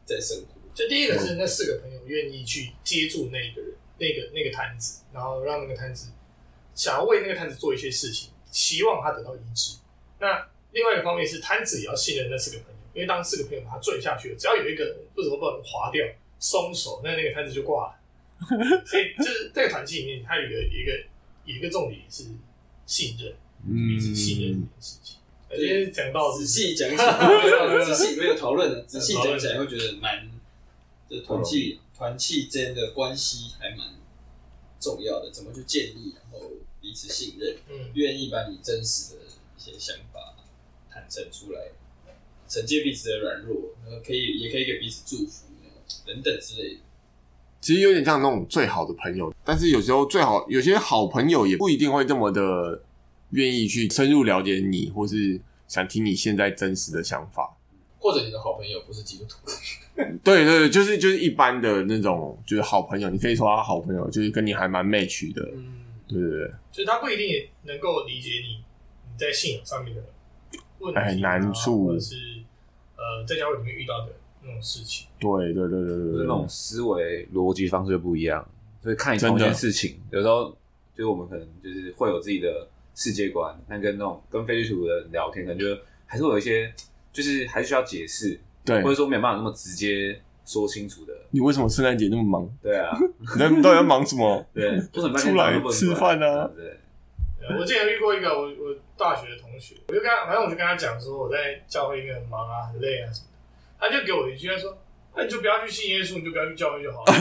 Speaker 4: 在生活，
Speaker 1: 就第一个是那四个朋友愿意去接住那个人，那个那个摊子，然后让那个摊子想要为那个摊子做一些事情，期望他得到医治。那另外一个方面是摊子也要信任那四个朋友，因为当四个朋友把他坠下去了，只要有一个人不知道不小心滑掉松手，那那个摊子就挂了。所以就是这个团契里面，它有一个一个有一个重点是信任，
Speaker 2: 嗯
Speaker 1: 彼此信任这件事情。那今天讲到
Speaker 4: 仔
Speaker 1: 是
Speaker 4: 细讲起来，仔细没有讨论的，仔细讲起来会觉得蛮，这团契团契之间的关系还蛮重要的，怎么去建立，然后彼此信任，
Speaker 1: 嗯，
Speaker 4: 愿意把你真实的一些想法坦诚出来，承接彼此的软弱，然后可以也可以给彼此祝福等等之类的。
Speaker 2: 其实有点像那种最好的朋友，但是有时候最好有些好朋友也不一定会这么的愿意去深入了解你，或是想听你现在真实的想法。
Speaker 4: 或者你的好朋友不是基督徒，
Speaker 2: 对对对，就是就是一般的那种，就是好朋友，你可以说他好朋友，就是跟你还蛮 match 的，
Speaker 4: 嗯，
Speaker 2: 对对对，
Speaker 1: 就是他不一定也能够理解你你在信仰上面的问题、啊、
Speaker 2: 哎难处
Speaker 1: 或者是呃在教会里面遇到的那种事情。
Speaker 2: 对对对对
Speaker 5: 就是
Speaker 2: 对
Speaker 5: 那种
Speaker 2: 对，
Speaker 5: 思维逻辑方式就不一样，所以看你同一
Speaker 2: 嗯真
Speaker 5: 件
Speaker 2: 的
Speaker 5: 事情，有时候就是我们可能就是会有自己的世界观，那跟那种跟非基督徒的人聊天，可能就还是会有一些，就是还是需要解释，
Speaker 2: 对
Speaker 5: 或者说没有办法那么直接说清楚的。
Speaker 2: 你为什么圣诞节那么忙？ *laughs*
Speaker 5: 对啊，
Speaker 2: 你在你到底在忙什么？
Speaker 5: 对，
Speaker 2: *laughs*
Speaker 5: 为什么半天
Speaker 2: 出来
Speaker 5: 都不能
Speaker 2: 吃饭啊
Speaker 5: 对，
Speaker 1: 呃我之前有遇过一个我我大学的同学，我就跟他，反正我就跟他讲说我在教会里面很忙啊，很累啊什么的，他就给我一句，他说：“那你就不要去信耶稣，你就不要去教会就好
Speaker 2: *laughs*
Speaker 1: 了。”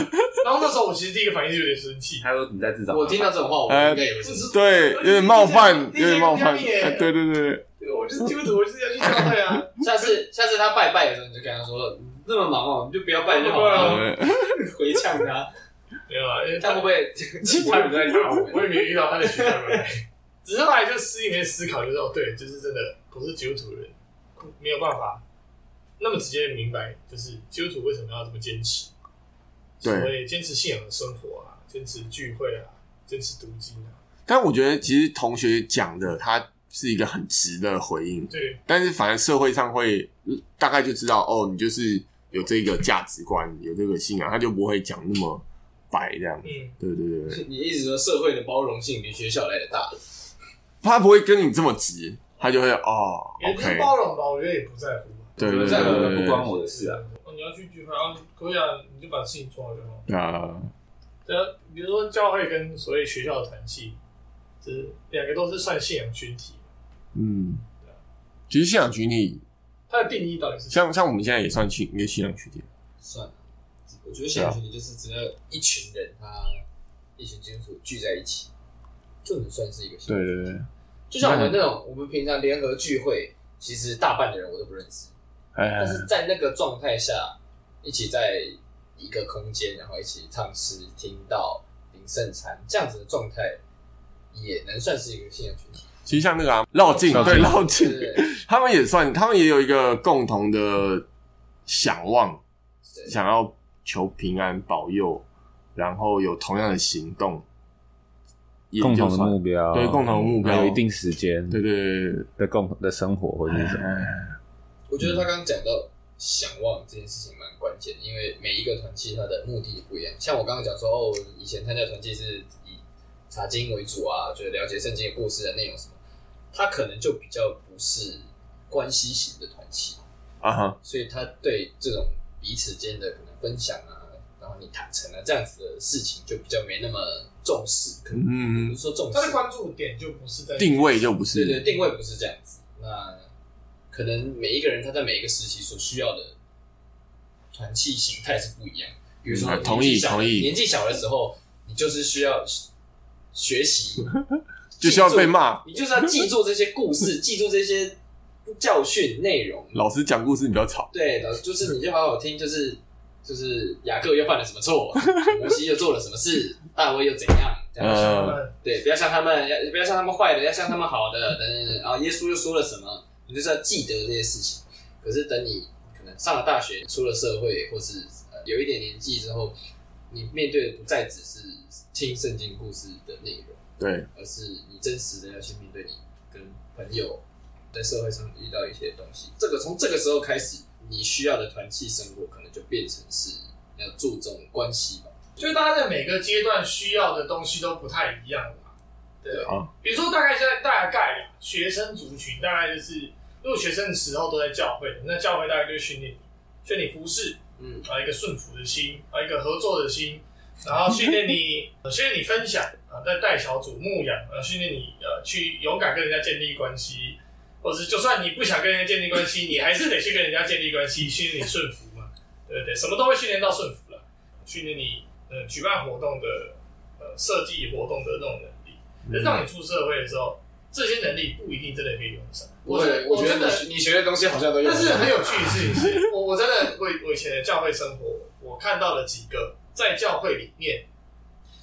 Speaker 1: 然后那时候我其实第一个反应是有点生气，
Speaker 5: 他说你在啊制造麻烦，
Speaker 4: 我听到这种话，我
Speaker 2: 呃
Speaker 4: 应该也会生气。
Speaker 2: 对，有点冒犯，有点
Speaker 1: *laughs*
Speaker 2: 冒犯，
Speaker 1: 你也
Speaker 2: 哎对对对，
Speaker 1: 对我就是基督徒，我就是要去教会啊。
Speaker 4: 下次下次他拜拜的时候，你就跟他说，嗯那么忙哦，你就不要拜就好
Speaker 1: 对
Speaker 4: 了，
Speaker 2: *laughs* 对
Speaker 4: 回呛他。
Speaker 1: 没有啊，因为
Speaker 4: 他会不
Speaker 1: *laughs*
Speaker 4: 会其他人都在打我 *laughs*
Speaker 1: 我
Speaker 4: 们？
Speaker 1: 也没有遇到他的学长们， *laughs* 只是后来就私里面思考，就是哦，对，就是真的不是基督徒人，没有办法那么直接明白，就是基督徒为什么要这么坚持，所
Speaker 2: 对
Speaker 1: 谓坚持信仰的生活啊，坚持聚会啊，坚持读经啊，
Speaker 2: 但我觉得其实同学讲的，他是一个很直的回应，
Speaker 1: 对，
Speaker 2: 但是反而社会上会嗯大概就知道哦，你就是有这个价值观，有这个信仰，他就不会讲那么白这样。
Speaker 1: 嗯，
Speaker 2: 对对对对，
Speaker 4: 你一直说社会的包容性比学校来的大，
Speaker 2: 他不会跟你这么直，他就会哦
Speaker 1: 也不是
Speaker 2: ，OK，
Speaker 1: 包容吧，我觉得也不在乎吧。
Speaker 2: 对对
Speaker 5: 不
Speaker 2: 对
Speaker 5: 在乎
Speaker 2: 对
Speaker 5: 的
Speaker 2: 对
Speaker 5: 不关我的事啊。
Speaker 1: 哦，你要去聚会啊，可以啊，你就把事情做好就好。
Speaker 2: 对啊，
Speaker 1: 呃，比如说教会跟所谓学校的团契，这两个都是算信仰群体，
Speaker 2: 嗯，其实信仰群体，
Speaker 1: 它的定义到底是什么？
Speaker 2: 像像我们现在也算信一个信仰群体，
Speaker 4: 算了。我觉得想群体就是只要一群人，他一群基督徒聚在一起，就能算是一个小
Speaker 2: 对对对，
Speaker 4: 就像我们那种，我们平常联合聚会，其实大半的人我都不认识，
Speaker 2: 哎
Speaker 4: 但，是在那个状态下，一起在一个空间，然后一起唱诗、听到、领圣餐这样子的状态，也能算是一个信仰群体。
Speaker 2: 其实像那个啊，绕境，
Speaker 5: 绕境
Speaker 2: 对绕
Speaker 4: 对
Speaker 2: 境，
Speaker 4: 对对，
Speaker 2: 他们也算，他们也有一个共同的想望，
Speaker 4: 对
Speaker 2: 想要求平安保佑然后有同样的行动，也
Speaker 5: 共
Speaker 2: 就
Speaker 5: 同的
Speaker 2: 算
Speaker 5: 目标，
Speaker 2: 对共同的目标
Speaker 5: 还有一定时间，
Speaker 2: 对对对对
Speaker 5: 的共同的生活或者是什么，
Speaker 4: 我觉得他刚刚讲哦到想望这件事情蛮关键的，因为每一个团契它的目的不一样。像我刚刚讲说，哦，以前参加团契是以查经为主啊，就是了解圣经的故事的内容什么，它可能就比较不是关系型的团契，
Speaker 2: 啊哈，
Speaker 4: 所以他对这种彼此间的可能分享啊，然后你坦诚啊这样子的事情就比较没那么重视，可能不
Speaker 2: 嗯，嗯
Speaker 4: 是说重视
Speaker 1: 他，的关注点就不是在
Speaker 2: 定位就不
Speaker 4: 对对，
Speaker 2: 是
Speaker 4: 定位不是这样子。那可能每一个人他在每一个时期所需要的团契形态是不一样。比如说
Speaker 2: 嗯
Speaker 4: 年纪
Speaker 2: 同意
Speaker 4: 小
Speaker 2: 同意
Speaker 4: 年纪小的时候，你就是需要学习，
Speaker 2: *laughs* 就是要被骂
Speaker 4: 记住，你就是要记住这些故事， *laughs* 记住这些教训内容。
Speaker 2: 老师讲故事你不要吵，
Speaker 4: 对，老就是你就好好听，就是就是雅各又犯了什么错，摩西又做了什么事，大卫又怎样，这样
Speaker 2: 嗯
Speaker 1: 呃，
Speaker 4: 对，不要像他们，要不要像他们坏的，要像他们好的，等等等。然后耶稣又说了什么，你就是要记得这些事情。可是等你可能上了大学，出了社会，或是、呃有一点年纪之后，你面对的不再只是听圣经故事的内容，
Speaker 2: 对，
Speaker 4: 而是你真实的要去面对你跟朋友在社会上遇到一些东西。这个从这个时候开始，你需要的团契生活可能就变成是要注重关系吧。
Speaker 1: 就是大家在每个阶段需要的东西都不太一样啦。对
Speaker 2: 啊，
Speaker 1: 比如说大概现在大概啦学生族群大概就是，如果学生的时候都在教会的，那教会大概就是训练你，训练你服侍，
Speaker 4: 嗯，
Speaker 1: 啊，一个顺服的心，啊，一个合作的心，然后训练你，呃训练你分享啊，在带小组牧养，呃，训练你呃去勇敢跟人家建立关系，或是就算你不想跟人家建立关系，你还是得去跟人家建立关系，训练你顺服嘛，对不对？什么都会训练到顺服了，训练你呃举办活动的呃设计活动的那种能力，可是当你出社会的时候，这些能力不一定真的可以用得上。
Speaker 4: 我
Speaker 1: 是
Speaker 4: 我觉
Speaker 1: 真的
Speaker 4: 得你你学的东西好像都用
Speaker 1: 但
Speaker 4: 得
Speaker 1: 是
Speaker 4: 上
Speaker 1: 很有趣的事情
Speaker 4: *laughs*
Speaker 1: 是，我我真的我我以前的教会生活，我看到了几个在教会里面，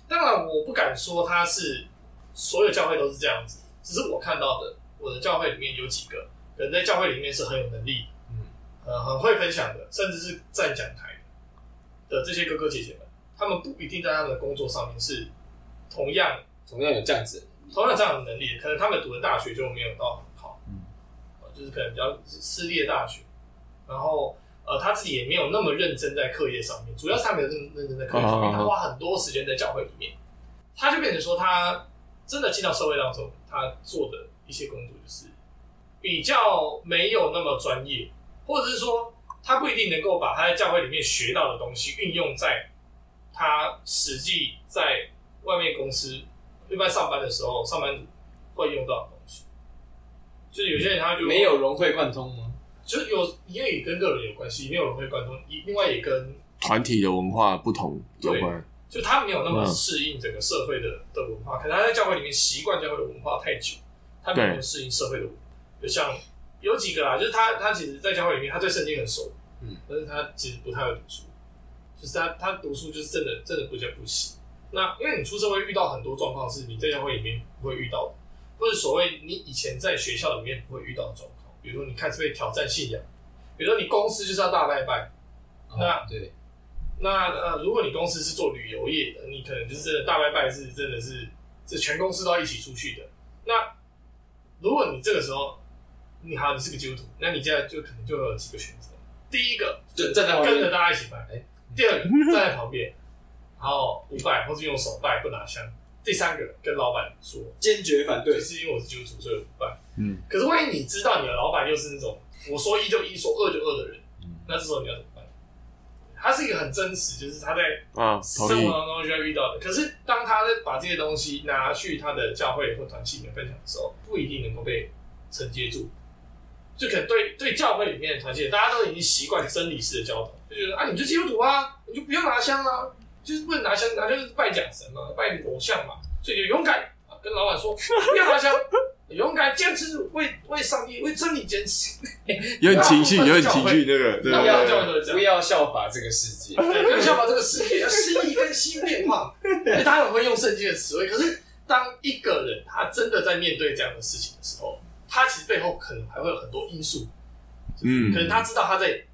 Speaker 1: 当然我不敢说他是所有教会都是这样子，只是我看到的，我的教会里面有几个人在教会里面是很有能力，
Speaker 4: 嗯，
Speaker 1: 呃，很会分享的，甚至是站讲台的的这些哥哥姐姐们，他们不一定在他们的工作上面是同样
Speaker 4: 同样有这样子的能力。
Speaker 1: 同样这样的能力，可能他们读的大学就没有到很好，
Speaker 5: 嗯
Speaker 1: 呃，就是可能比较私立的大学，然后呃他自己也没有那么认真在课业上面，主要是他没有认认真在课业上面，
Speaker 2: 啊啊啊
Speaker 1: 他花很多时间在教会里面，他就变成说他真的进到社会当中，他做的一些工作就是比较没有那么专业，或者是说他不一定能够把他在教会里面学到的东西运用在他实际在外面公司一般上班的时候，上班族会用到的东西。就是有些人他就
Speaker 4: 没有，融会贯通吗？
Speaker 1: 就是有因为也跟个人有关系，没有人会贯通，一另外也跟
Speaker 2: 团体的文化不同有关，
Speaker 1: 就他没有那么
Speaker 2: 嗯
Speaker 1: 适应整个社会的、的文化，可能他在教会里面习惯教会的文化太久，他没有那么
Speaker 2: 对
Speaker 1: 适应社会的文化。就像有几个啦，就是他他其实，在教会里面他对圣经很熟，
Speaker 4: 嗯，
Speaker 1: 但是他其实不太会读书，就是他他读书就是真的真的比较不行。那因为你出社会遇到很多状况是你在教会里面不会遇到的，或者所谓你以前在学校里面不会遇到的状况，比如说你开始被挑战信仰，比如说你公司就是要大拜拜，那
Speaker 4: 啊，对，
Speaker 1: 那呃，如果你公司是做旅游业的，你可能就是真的大拜拜是真的是是全公司都要一起出去的。那如果你这个时候，你好，你是个基督徒，那你现在就可能就有几个选择：第一个
Speaker 4: 就站在旁边
Speaker 1: 跟着大家一起拜；
Speaker 4: 哎
Speaker 1: 第二个站在旁边，然后不拜或是用手拜不拿香；第三个跟老板说，
Speaker 4: 坚决反对
Speaker 1: 就。是因为我是基督徒，所以我不拜。
Speaker 5: 嗯，
Speaker 1: 可是万一你知道你的老板又是那种我说一就一，说二就二的人，
Speaker 5: 嗯
Speaker 1: 那这时候你要怎么办？他是一个很真实，就是他在
Speaker 2: 啊，
Speaker 1: 生
Speaker 2: 同
Speaker 1: 活
Speaker 2: 意，
Speaker 1: 当中就会遇到的。可是当他在把这些东西拿去他的教会或团体里面分享的时候，不一定能够被承接住。就可能对对教会里面的团体，大家都已经习惯真理式的教导，就觉得啊，你就基督徒啊，你就不要拿香啊，就是不能拿香，拿香就是拜假神嘛，拜偶像嘛，所以就勇敢啊，跟老板说不要拿香，勇敢坚持为为上帝为真理坚持，
Speaker 2: 有点情绪，有点情绪，那个对
Speaker 1: 那
Speaker 2: 对
Speaker 1: 我要
Speaker 2: 对
Speaker 1: 这样的这
Speaker 4: 不
Speaker 1: 样，
Speaker 4: 要效法这个世
Speaker 1: *laughs*
Speaker 4: 界。
Speaker 1: 对，跟效法这个世界的失意跟心变化。欸他很会用圣经的词汇，可是当一个人他真的在面对这样的事情的时候，他其实背后可能还会有很多因素，
Speaker 2: 嗯
Speaker 1: 可能他知道他在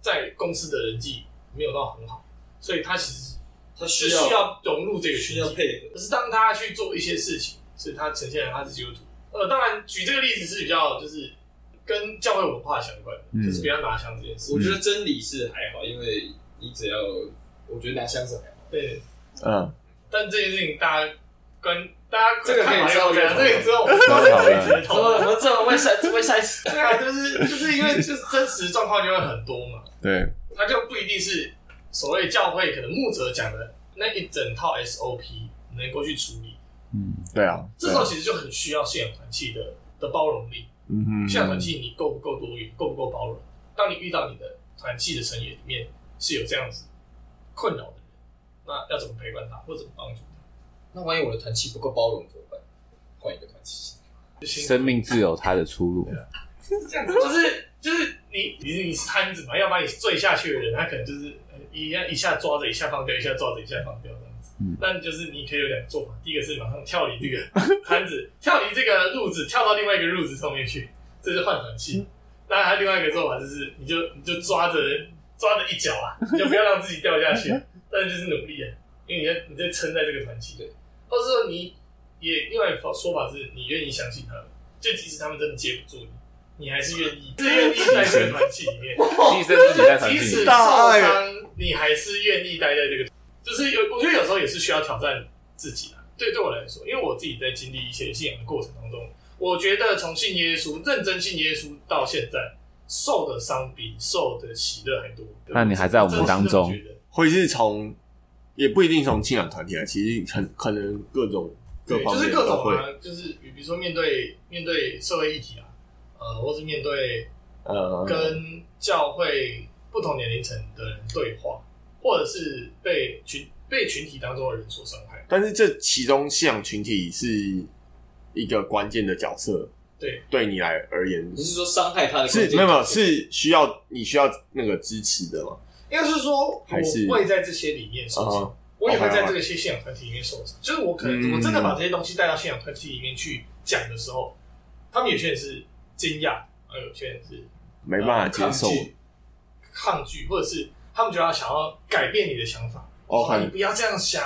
Speaker 1: 在公司的人际没有到很好，所以他其实
Speaker 4: 他
Speaker 1: 就
Speaker 4: 需
Speaker 1: 需
Speaker 4: 要
Speaker 1: 要融入这个
Speaker 4: 需
Speaker 1: 群
Speaker 4: 要
Speaker 1: 体。
Speaker 4: 配合，
Speaker 1: 可是当他去做一些事情，是他呈现了他是基督徒。呃，当然举这个例子是比较就是跟教会文化相关的，
Speaker 5: 嗯
Speaker 1: 就是不要拿枪这件事。
Speaker 4: 我觉得真理是还好，因为你只要我觉得拿香是 *laughs* 还好，
Speaker 1: 对，
Speaker 2: 嗯，
Speaker 1: 但这件事情大家跟大家
Speaker 4: 这个可以
Speaker 1: 看法
Speaker 4: 之后
Speaker 1: 不一样
Speaker 4: 再
Speaker 1: 这个之后我们
Speaker 5: 再讨论
Speaker 1: 直接讨论。
Speaker 4: 哦么这么会晒会晒死？
Speaker 1: *laughs*
Speaker 4: *laughs*
Speaker 1: 对啊，就是就是因为就是真实状况就会很多嘛，
Speaker 2: 对，
Speaker 1: 它就不一定是所谓教会可能牧者讲的那一整套 SOP 能够去处理。
Speaker 5: 嗯，
Speaker 2: 对啊，
Speaker 1: 这时候其实就很需要信仰团契的的包容力。
Speaker 2: 嗯哼，
Speaker 1: 信仰团契你够不够多元，够不够包容？当你遇到你的团契的成员里面是有这样子困扰的人，那要怎么陪伴他，或怎么帮助他？
Speaker 4: 那万一我的团契不够包容怎么办？换一个团契，
Speaker 5: 生命自有它的出路。
Speaker 2: 啊
Speaker 1: 这样子就是就是你你是你是摊子嘛，要把你坠下去的人，他可能就是呃一下一下抓着，一下放掉，一下抓着，一下放掉这样子。
Speaker 5: 嗯
Speaker 1: 那你就是你可以有两个做法，第一个是马上跳离这个摊子，跳离这个路子，跳到另外一个路子上面去，这是换转器。那还有另外一个做法就是，你就你就抓着抓着一脚啊，就不要让自己掉下去，但是就是努力啊，因为你在你在撑在这个团体对，或者说你也另外一方说法是你愿意相信他们，就即使他们真的接不住你。你还是愿意，是愿意在这个团体里
Speaker 2: *laughs*
Speaker 1: 面，
Speaker 5: 牺牲自己在团
Speaker 1: 即
Speaker 5: 体
Speaker 1: 使受，
Speaker 5: 里
Speaker 1: 伤，你还是愿意待在这个，就是有，我觉得有时候也是需要挑战自己啊。对，对我来说，因为我自己在经历一些信仰的过程当中，我觉得从信耶稣、认真信耶稣到现在，受的伤比受的喜乐还多。
Speaker 5: 那你还在我们
Speaker 1: 我真
Speaker 5: 当中
Speaker 1: 的是这么觉得
Speaker 2: 会是从，也不一定从信仰团体啊，其实很可能各种各
Speaker 1: 对，
Speaker 2: 方
Speaker 1: 就是
Speaker 2: 面
Speaker 1: 各
Speaker 2: 都
Speaker 1: 种
Speaker 2: 会，
Speaker 1: 啊，就是比比如说面对面对社会议题啊，呃，或是面对
Speaker 2: 呃，
Speaker 1: 跟教会不同年龄层的人对话，或者是被群被群体当中的人所伤害。
Speaker 2: 但是这其中信仰群体是一个关键的角色，
Speaker 1: 对，
Speaker 2: 对你来而言
Speaker 4: 你是说伤害他的
Speaker 2: 是
Speaker 4: 关键
Speaker 2: 没有没有是需要你需要那个支持的嘛？
Speaker 1: 应该是说，
Speaker 2: 还是
Speaker 1: 我会在这些里面受伤，
Speaker 2: 啊
Speaker 1: 我也会在这个些信仰团体里面受伤。就是我可能
Speaker 2: 嗯
Speaker 1: 我真的把这些东西带到信仰团体里面去讲的时候，他们有些人是惊讶，而有些人是
Speaker 2: 没办法接受
Speaker 1: 抗拒，抗拒，或者是他们觉得他想要改变你的想法，
Speaker 2: 哦，
Speaker 1: 说你
Speaker 2: 很
Speaker 1: 不要这样想，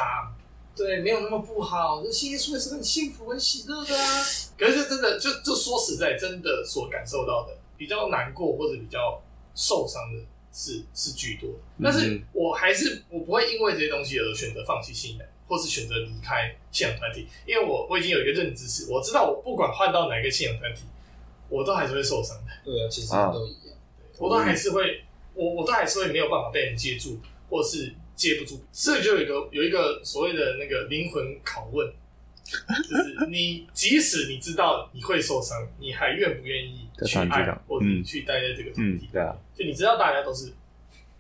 Speaker 1: 对，没有那么不好，这信耶稣也是很幸福、很喜乐的啊。可是真的，就就说实在，真的所感受到的比较难过或者比较受伤的是是居多的，但是我还是我不会因为这些东西而选择放弃信仰。或是选择离开信仰团体，因为我我已经有一个认知是，我知道我不管换到哪个信仰团体，我都还是会受伤的。
Speaker 4: 对啊，其实
Speaker 2: 啊
Speaker 4: 都一样。
Speaker 1: 我都还是会，我我都还是会没有办法被人接住，或是接不住。这就有一个有一个所谓的那个灵魂拷问，就是你即使你知道你会受伤，你还愿不愿意
Speaker 5: 在
Speaker 1: 去
Speaker 5: 团体
Speaker 1: 爱
Speaker 5: 上，
Speaker 1: 或者
Speaker 5: 嗯
Speaker 1: 去待在这个团
Speaker 5: 嗯
Speaker 1: 体？，
Speaker 5: 对啊，
Speaker 1: 就你知道大家都是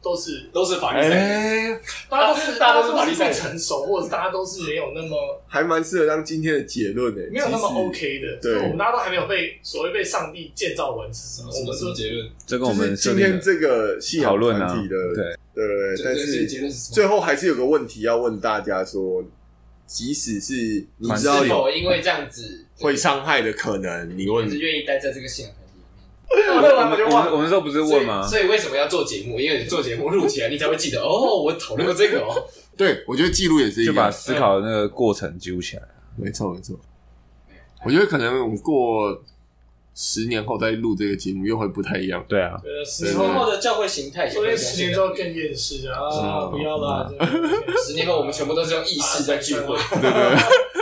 Speaker 1: 都是
Speaker 4: 都是法律赛，
Speaker 2: 哎，
Speaker 1: 大家都是
Speaker 4: *laughs* 大家都是
Speaker 1: 大
Speaker 4: 法
Speaker 1: 家
Speaker 4: 律
Speaker 1: 都
Speaker 4: 赛
Speaker 1: 不成熟，或者是大家都是没有那
Speaker 5: *laughs*
Speaker 1: 么
Speaker 2: 还蛮适合当今天的结论诶，
Speaker 1: 没有那么
Speaker 2: 其实
Speaker 1: OK 的，
Speaker 2: 对
Speaker 1: 就我们大家都还没有被所谓被上帝建造完
Speaker 4: 什
Speaker 1: 成，
Speaker 4: 么
Speaker 1: 我
Speaker 4: 什么
Speaker 1: 们
Speaker 4: 什么
Speaker 1: 都
Speaker 4: 结论？
Speaker 5: 这跟
Speaker 2: 就
Speaker 5: 我
Speaker 2: 是
Speaker 5: 们
Speaker 2: 今
Speaker 5: 设定
Speaker 2: 天
Speaker 5: 的
Speaker 2: 这个信仰
Speaker 5: 讨论啊
Speaker 2: 团体的，，
Speaker 5: 对，
Speaker 2: 对对对，但
Speaker 4: 这个
Speaker 2: 是
Speaker 4: 结论是什么？
Speaker 2: 最后还是有个问题要问大家说，即使是你知道
Speaker 4: 是
Speaker 2: 有
Speaker 4: 否因为这样子
Speaker 2: 会伤害的可能，你问
Speaker 4: 就是愿意待在这个现场里面？
Speaker 5: 我
Speaker 4: 问
Speaker 5: 们
Speaker 4: 完我
Speaker 5: 我
Speaker 4: 就
Speaker 5: 们
Speaker 4: 忘了
Speaker 5: 我们那时候不是问吗？
Speaker 4: 所以所以为什么要做节目？因为你做节目录起来，你才会记得哦，我讨论过这个哦。
Speaker 2: 嗯对，我觉得记录也是一
Speaker 5: 就把
Speaker 2: 个，
Speaker 5: 思考的那个过程记录起来。
Speaker 2: 没错没错。我觉得可能我们过十年后再录这个节目，又会不太一样。
Speaker 5: 对啊，
Speaker 1: 呃，十
Speaker 4: 以
Speaker 1: 年
Speaker 2: 对对
Speaker 1: 后
Speaker 4: 后的教会形态也
Speaker 1: 说
Speaker 4: 会
Speaker 1: 不定
Speaker 4: 跟
Speaker 1: 十
Speaker 4: 现
Speaker 1: 年
Speaker 4: 在
Speaker 1: 之后更厌世啊！
Speaker 2: 嗯
Speaker 1: 不要啦，
Speaker 4: 十年后我们全部都是用意识在聚会，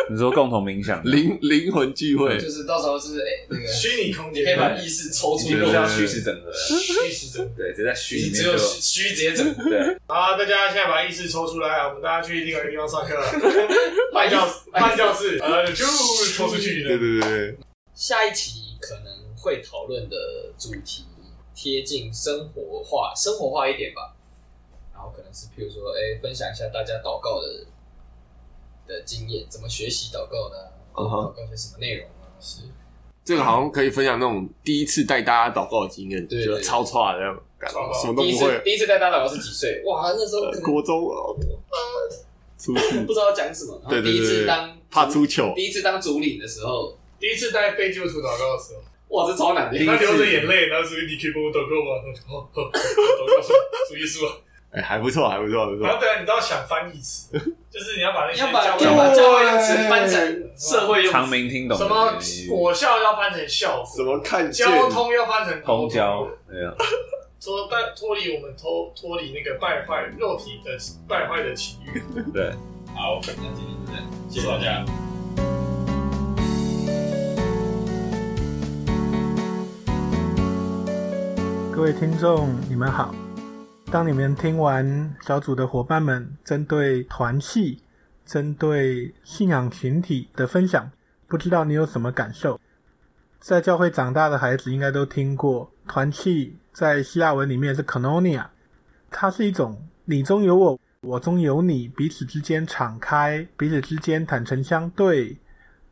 Speaker 5: 你说共同冥想，
Speaker 2: 灵灵魂聚会，
Speaker 4: 就是到时候是哎那个，
Speaker 1: 虚拟空
Speaker 4: 你
Speaker 1: 间，
Speaker 4: 可以把意识抽出
Speaker 5: 你
Speaker 4: 肉
Speaker 5: 就是要
Speaker 4: 体，
Speaker 5: 虚实整合啊，
Speaker 1: 虚实整
Speaker 5: 对，直接在虚
Speaker 4: 你
Speaker 5: 里面
Speaker 4: 只
Speaker 5: 就
Speaker 4: 有虚虚直接整
Speaker 5: 对，
Speaker 1: 合。好，大家现在把意识抽出来啊！我们大家去另外一个地方上课，半教半教室，呃，就抽出去
Speaker 2: 对
Speaker 1: 的。
Speaker 2: 对对对，
Speaker 4: 下一题可能会讨论的主题贴近生活化，生活化一点吧。然后可能是譬如说，哎、分享一下大家祷告的的经验，怎么学习祷告呢？
Speaker 2: 嗯
Speaker 4: 祷
Speaker 2: 哼，
Speaker 4: 告些什么内容啊？是
Speaker 2: 这个好像可以分享那种第一次带大家祷告的经验，
Speaker 4: 对
Speaker 2: 就超差的那种感
Speaker 1: 超
Speaker 2: 觉，
Speaker 1: 差
Speaker 2: 什啊么都
Speaker 4: 第一
Speaker 2: 不
Speaker 4: 次
Speaker 2: 会。
Speaker 4: 第一次带大家祷告是几岁？哇，那时候可
Speaker 2: 呃
Speaker 4: 能
Speaker 2: 国中啊，出去
Speaker 4: 不知道讲什么。然后
Speaker 2: 对对
Speaker 4: 第一
Speaker 2: 对
Speaker 4: 次
Speaker 2: 对
Speaker 4: 当
Speaker 2: 怕出糗，
Speaker 4: 第一次当主领的时候，
Speaker 1: 第一次在被基督徒祷告的时候，
Speaker 4: 哇，这超难的。
Speaker 1: 他流着眼泪，然后说：“你可以帮我祷告吗？”然后我就哦哦祷告说：“主耶稣啊，
Speaker 2: 哎、还不错，还不错，还不
Speaker 1: 然后
Speaker 2: 错。
Speaker 1: 对啊，你都要想翻译词，就是你要把那些
Speaker 4: 要把
Speaker 1: 教
Speaker 4: 要把
Speaker 1: 会
Speaker 4: 教会用词翻成社会用
Speaker 5: 长
Speaker 4: 词，
Speaker 5: 明听懂
Speaker 1: 什么果校要翻成校服，
Speaker 2: 什么看见
Speaker 1: 交通要翻成
Speaker 5: 公交，对啊，
Speaker 1: 说但脱离我们脱脱离那个败坏肉体的败坏的情欲。
Speaker 5: 对。
Speaker 4: 好，那今天就这样，谢谢大家。
Speaker 3: 各位听众，你们好。当你们听完小组的伙伴们针对团系、针对信仰群体的分享，不知道你有什么感受？在教会长大的孩子应该都听过，团契在希腊文里面是 koinonia，它是一种你中有我，我中有你，彼此之间敞开，彼此之间坦诚相对，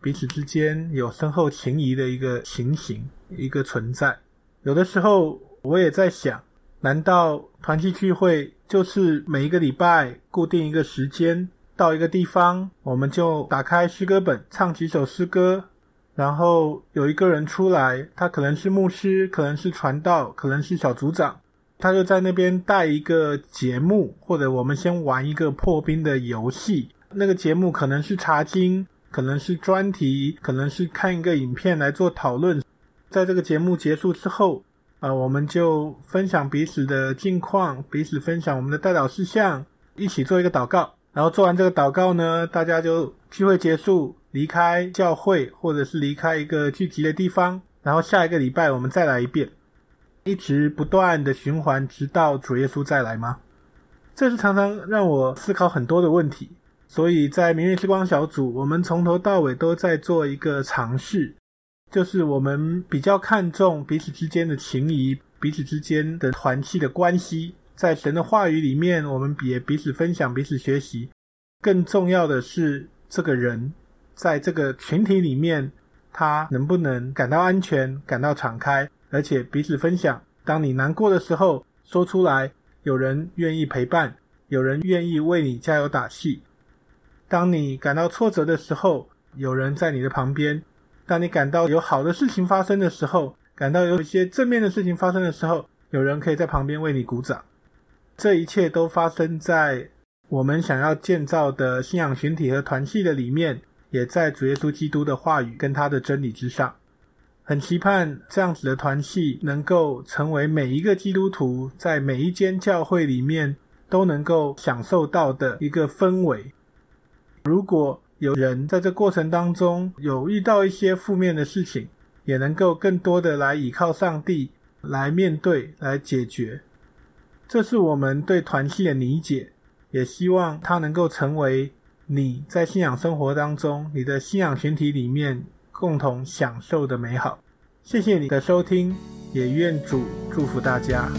Speaker 3: 彼此之间有深厚情谊的一个情形，一个存在。有的时候我也在想，难道团契聚会就是每一个礼拜固定一个时间，到一个地方，我们就打开诗歌本，唱几首诗歌，然后有一个人出来，他可能是牧师，可能是传道，可能是小组长，他就在那边带一个节目，或者我们先玩一个破冰的游戏。那个节目可能是查经，可能是专题，可能是看一个影片来做讨论在这个节目结束之后，呃，我们就分享彼此的近况，彼此分享我们的代祷事项，一起做一个祷告。然后做完这个祷告呢，大家就聚会结束，离开教会或者是离开一个聚集的地方。然后下一个礼拜我们再来一遍，一直不断的循环，直到主耶稣再来吗？这是常常让我思考很多的问题。所以在明日之光小组，我们从头到尾都在做一个尝试，就是我们比较看重彼此之间的情谊，彼此之间的团契的关系。在神的话语里面，我们也彼此分享、彼此学习。更重要的是，这个人在这个群体里面，他能不能感到安全、感到敞开，而且彼此分享。当你难过的时候，说出来，有人愿意陪伴，有人愿意为你加油打气。当你感到挫折的时候，有人在你的旁边，当你感到有好的事情发生的时候，感到有一些正面的事情发生的时候，有人可以在旁边为你鼓掌。这一切都发生在我们想要建造的信仰群体和团系的里面，也在主耶稣基督的话语跟他的真理之上。很期盼这样子的团系能够成为每一个基督徒在每一间教会里面都能够享受到的一个氛围。如果有人在这过程当中有遇到一些负面的事情，也能够更多的来倚靠上帝来面对、来解决。这是我们对团契的理解，也希望它能够成为你在信仰生活当中、你的信仰群体里面共同享受的美好。谢谢你的收听，也愿主祝福大家。